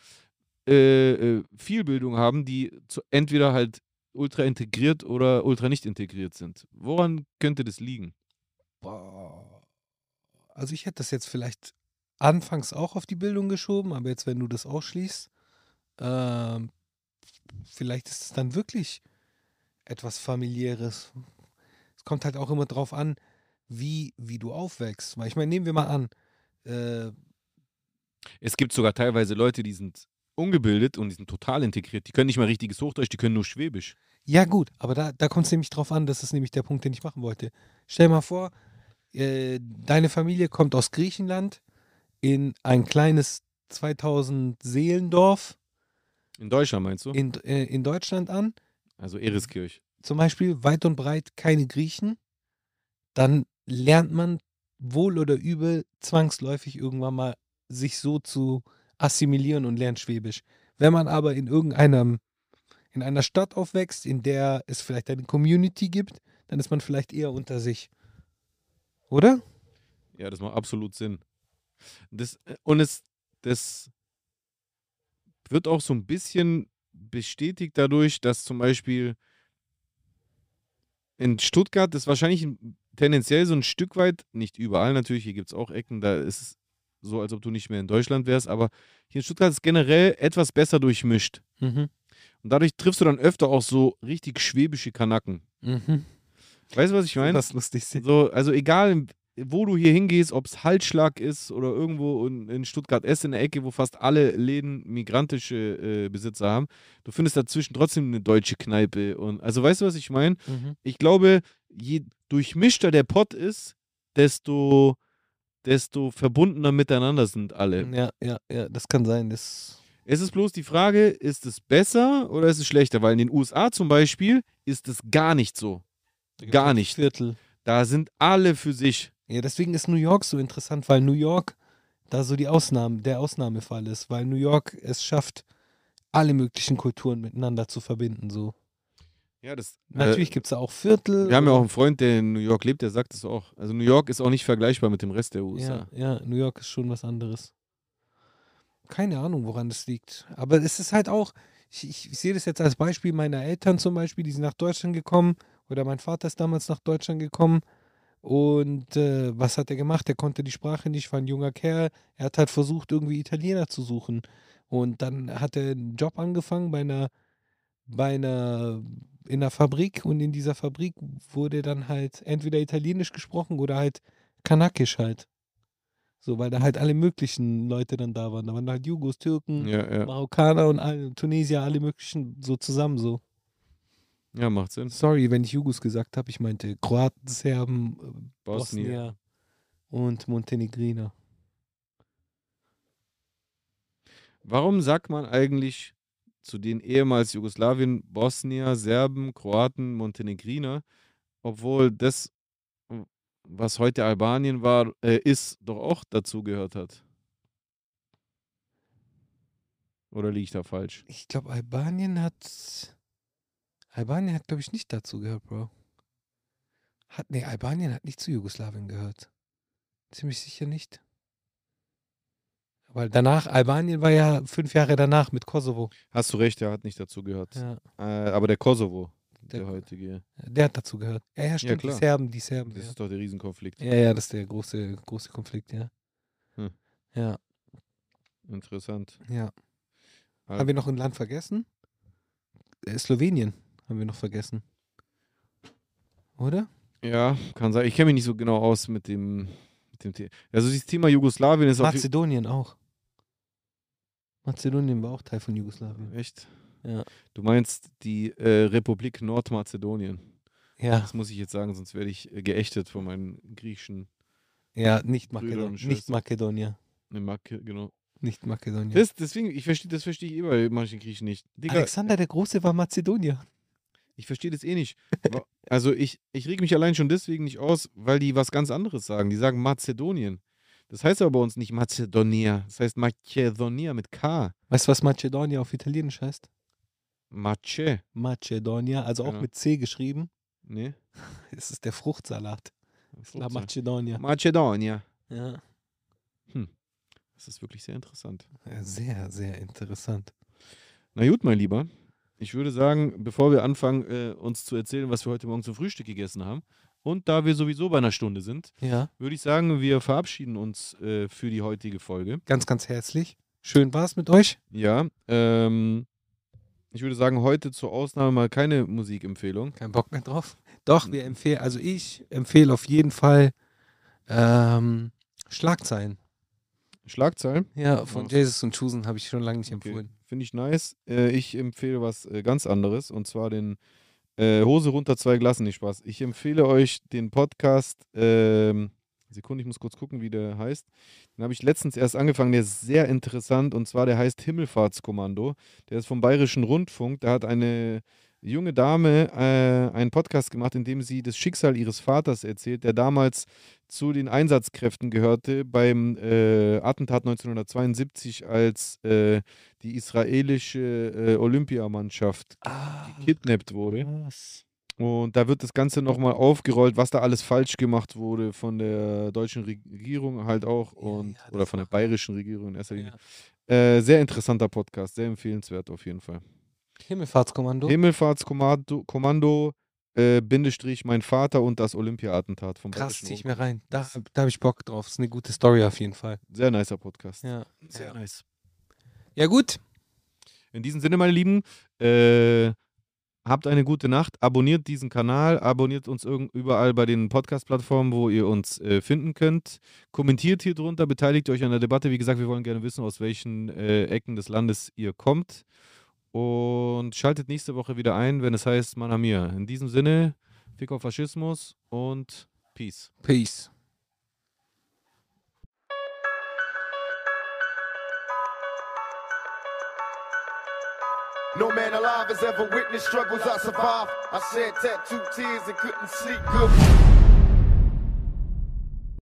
[SPEAKER 3] äh, äh, viel Bildung haben, die zu, entweder halt ultra integriert oder ultra nicht integriert sind. Woran könnte das liegen?
[SPEAKER 2] Boah. Also ich hätte das jetzt vielleicht anfangs auch auf die Bildung geschoben, aber jetzt, wenn du das ausschließt, ähm, vielleicht ist es dann wirklich etwas familiäres. Es kommt halt auch immer drauf an, wie, wie du aufwächst. Weil ich meine, nehmen wir mal an, äh,
[SPEAKER 3] Es gibt sogar teilweise Leute, die sind ungebildet und die sind total integriert. Die können nicht mal richtiges Hochdeutsch, die können nur Schwäbisch.
[SPEAKER 2] Ja, gut, aber da, da kommt es nämlich drauf an, das ist nämlich der Punkt, den ich machen wollte. Stell mal vor, äh, deine Familie kommt aus Griechenland in ein kleines 2000 Seelendorf
[SPEAKER 3] In Deutschland meinst du?
[SPEAKER 2] in, äh, in Deutschland an,
[SPEAKER 3] Also Eriskirch.
[SPEAKER 2] zum Beispiel weit und breit keine Griechen, dann lernt man wohl oder übel zwangsläufig irgendwann mal sich so zu assimilieren und lernt Schwäbisch. Wenn man aber in irgendeinem, in einer Stadt aufwächst, in der es vielleicht eine Community gibt, dann ist man vielleicht eher unter sich. Oder?
[SPEAKER 3] Ja, das macht absolut Sinn. Das, äh, und es, das wird auch so ein bisschen bestätigt dadurch, dass zum Beispiel in Stuttgart das wahrscheinlich ein- tendenziell so ein Stück weit, nicht überall natürlich, hier gibt es auch Ecken, da ist es so, als ob du nicht mehr in Deutschland wärst, aber hier in Stuttgart ist es generell etwas besser durchmischt.
[SPEAKER 2] Mhm.
[SPEAKER 3] Und dadurch triffst du dann öfter auch so richtig schwäbische Kanaken.
[SPEAKER 2] Mhm.
[SPEAKER 3] Weißt du, was ich meine?
[SPEAKER 2] Das lustig sind.
[SPEAKER 3] So, also egal, in- wo du hier hingehst, ob es Halsschlag ist oder irgendwo in, in Stuttgart S in der Ecke, wo fast alle Läden migrantische äh, Besitzer haben, du findest dazwischen trotzdem eine deutsche Kneipe. Und also weißt du, was ich meine?
[SPEAKER 2] Mhm.
[SPEAKER 3] Ich glaube, je durchmischter der Pott ist, desto, desto verbundener miteinander sind alle.
[SPEAKER 2] Ja, ja, ja, das kann sein. Das
[SPEAKER 3] Es ist bloß die Frage, ist es besser oder ist es schlechter? Weil in den USA zum Beispiel ist es gar nicht so. Gar nicht.
[SPEAKER 2] Viertel.
[SPEAKER 3] Da sind alle für sich.
[SPEAKER 2] Ja, deswegen ist New York so interessant, weil New York da so die Ausnahmen, der Ausnahmefall ist, weil New York es schafft, alle möglichen Kulturen miteinander zu verbinden. So.
[SPEAKER 3] Ja, das, äh,
[SPEAKER 2] Natürlich gibt es da auch Viertel.
[SPEAKER 3] Wir haben ja auch
[SPEAKER 2] und-
[SPEAKER 3] einen Freund, der in New York lebt, der sagt es auch. Also New York ist auch nicht vergleichbar mit dem Rest der USA.
[SPEAKER 2] Ja, ja, New York ist schon was anderes. Keine Ahnung, woran das liegt. Aber es ist halt auch, ich, ich, ich sehe das jetzt als Beispiel meiner Eltern zum Beispiel, die sind nach Deutschland gekommen oder mein Vater ist damals nach Deutschland gekommen. Und äh, was hat er gemacht? Er konnte die Sprache nicht, war ein junger Kerl. Er hat halt versucht, irgendwie Italiener zu suchen. Und dann hat er einen Job angefangen bei einer, bei einer, in einer Fabrik. Und in dieser Fabrik wurde dann halt entweder Italienisch gesprochen oder halt Kanakisch halt. So, weil da halt alle möglichen Leute dann da waren. Da waren halt Jugos, Türken,
[SPEAKER 3] Ja, ja.
[SPEAKER 2] Marokkaner und alle, Tunesier, alle möglichen so zusammen so.
[SPEAKER 3] Ja, macht Sinn.
[SPEAKER 2] Sorry, wenn ich Jugos gesagt habe, ich meinte Kroaten, Serben, äh,
[SPEAKER 3] Bosnien.
[SPEAKER 2] Bosnier und Montenegriner.
[SPEAKER 3] Warum sagt man eigentlich zu den ehemals Jugoslawien, Bosnier, Serben, Kroaten, Montenegriner, obwohl das, was heute Albanien war, äh, ist, doch auch dazugehört hat? Oder liege ich da falsch?
[SPEAKER 2] Ich glaube, Albanien hat. Albanien hat, glaube ich, nicht dazu gehört, Bro. Hat, nee, Albanien hat nicht zu Jugoslawien gehört. Ziemlich sicher nicht. Weil danach, Albanien war ja fünf Jahre danach mit Kosovo.
[SPEAKER 3] Hast du recht, er hat nicht dazugehört.
[SPEAKER 2] Ja,
[SPEAKER 3] Äh, aber der Kosovo, der,
[SPEAKER 2] der,
[SPEAKER 3] heutige,
[SPEAKER 2] der hat dazu gehört. Ja, ja, stimmt, die
[SPEAKER 3] klar.
[SPEAKER 2] Serben, die Serben.
[SPEAKER 3] das
[SPEAKER 2] Ja.
[SPEAKER 3] ist doch der Riesenkonflikt.
[SPEAKER 2] Ja, ja, das ist der große, große Konflikt, ja.
[SPEAKER 3] Hm.
[SPEAKER 2] Ja,
[SPEAKER 3] Interessant.
[SPEAKER 2] ja.
[SPEAKER 3] Al-
[SPEAKER 2] Haben wir noch ein Land vergessen? Äh, Slowenien haben wir noch vergessen. Oder?
[SPEAKER 3] Ja, kann sein. Ich kenne mich nicht so genau aus mit dem, mit dem Thema. Also dieses Thema Jugoslawien ist auf jeden
[SPEAKER 2] Mazedonien auch. Mazedonien war auch Teil von Jugoslawien.
[SPEAKER 3] Echt?
[SPEAKER 2] Ja.
[SPEAKER 3] Du meinst die äh, Republik Nordmazedonien.
[SPEAKER 2] Ja,
[SPEAKER 3] Das muss ich jetzt sagen, sonst werde ich äh, geächtet von meinen griechischen
[SPEAKER 2] ja, nicht
[SPEAKER 3] Brüder
[SPEAKER 2] Makedonien.
[SPEAKER 3] und
[SPEAKER 2] Nicht
[SPEAKER 3] Schwestern.
[SPEAKER 2] Makedonien.
[SPEAKER 3] ne, Marke, genau.
[SPEAKER 2] Nicht Makedonien.
[SPEAKER 3] Das, deswegen, ich verstehe, das verstehe ich eh bei manchen Griechen nicht. Digga,
[SPEAKER 2] Alexander der Große war Mazedonier.
[SPEAKER 3] ich verstehe das eh nicht. Wa- Also ich, ich reg mich allein schon deswegen nicht aus, weil die was ganz anderes sagen. Die sagen Mazedonien. Das heißt aber bei uns nicht Mazedonier. Das heißt Makedonia mit K.
[SPEAKER 2] Weißt du, was Mazedonien auf Italienisch heißt?
[SPEAKER 3] Mace.
[SPEAKER 2] Macedonia, also auch
[SPEAKER 3] Ja.
[SPEAKER 2] mit C geschrieben.
[SPEAKER 3] Ne?
[SPEAKER 2] Es ist der Fruchtsalat. La
[SPEAKER 3] Fruchtsalat.
[SPEAKER 2] Macedonia.
[SPEAKER 3] Macedonia.
[SPEAKER 2] Ja.
[SPEAKER 3] Das ist wirklich sehr interessant.
[SPEAKER 2] Sehr, sehr interessant.
[SPEAKER 3] Na gut, mein Lieber. Ich würde sagen, bevor wir anfangen, äh, uns zu erzählen, was wir heute Morgen zum Frühstück gegessen haben, und da wir sowieso bei einer Stunde sind,
[SPEAKER 2] Ja.
[SPEAKER 3] würde ich sagen, wir verabschieden uns äh, für die heutige Folge.
[SPEAKER 2] Ganz, ganz herzlich. Schön war es mit euch.
[SPEAKER 3] Ja, ähm, ich würde sagen, heute zur Ausnahme mal keine Musikempfehlung.
[SPEAKER 2] Kein Bock mehr drauf. Doch, wir empfehlen, also ich empfehle auf jeden Fall ähm, Schlagzeilen.
[SPEAKER 3] Schlagzeilen.
[SPEAKER 2] Ja, von
[SPEAKER 3] Was?
[SPEAKER 2] Jesus und Chusen habe ich schon lange nicht
[SPEAKER 3] Okay.
[SPEAKER 2] empfohlen.
[SPEAKER 3] Finde ich nice. Äh, ich empfehle was äh, ganz anderes und zwar den äh, Hose runter, zwei Glassen, nicht Spaß. Ich empfehle euch den Podcast. Ähm, Sekunde, ich muss kurz gucken, wie der heißt. Den habe ich letztens erst angefangen. Der ist sehr interessant und zwar der heißt Himmelfahrtskommando. Der ist vom Bayerischen Rundfunk. Da hat eine junge Dame äh, einen Podcast gemacht, in dem sie das Schicksal ihres Vaters erzählt, der damals zu den Einsatzkräften gehörte beim äh, Attentat 1972, als äh, die israelische äh, Olympiamannschaft
[SPEAKER 2] Ah,
[SPEAKER 3] gekidnappt wurde.
[SPEAKER 2] was?
[SPEAKER 3] Und da wird das Ganze nochmal aufgerollt, was da alles falsch gemacht wurde von der deutschen Regierung halt auch
[SPEAKER 2] Ja, ja,
[SPEAKER 3] und
[SPEAKER 2] das
[SPEAKER 3] oder von der
[SPEAKER 2] machen-
[SPEAKER 3] bayerischen Regierung in erster Linie.
[SPEAKER 2] Ja.
[SPEAKER 3] Äh, sehr interessanter Podcast, sehr empfehlenswert auf jeden Fall.
[SPEAKER 2] Himmelfahrtskommando.
[SPEAKER 3] Himmelfahrtskommando Kommando, äh, Bindestrich, mein Vater und das Olympia-Attentat vom
[SPEAKER 2] Krass,
[SPEAKER 3] Bayerischen
[SPEAKER 2] zieh ich
[SPEAKER 3] Rundfunk.
[SPEAKER 2] mir rein. Da, da habe ich Bock drauf. Ist eine gute Story auf jeden Fall.
[SPEAKER 3] Sehr nicer Podcast.
[SPEAKER 2] Ja,
[SPEAKER 3] Sehr
[SPEAKER 2] ja.
[SPEAKER 3] nice.
[SPEAKER 2] ja gut.
[SPEAKER 3] In diesem Sinne, meine Lieben, äh, habt eine gute Nacht. Abonniert diesen Kanal, abonniert uns irgend überall bei den Podcast-Plattformen, wo ihr uns äh, finden könnt. Kommentiert hier drunter, beteiligt euch an der Debatte. Wie gesagt, wir wollen gerne wissen, aus welchen äh, Ecken des Landes ihr kommt. Und schaltet nächste Woche wieder ein, wenn es heißt Manamia. In diesem Sinne, Fick auf Faschismus und Peace.
[SPEAKER 2] Peace.
[SPEAKER 1] No man alive has ever witnessed struggles I survived. I shed tattooed tears and couldn't sleep good.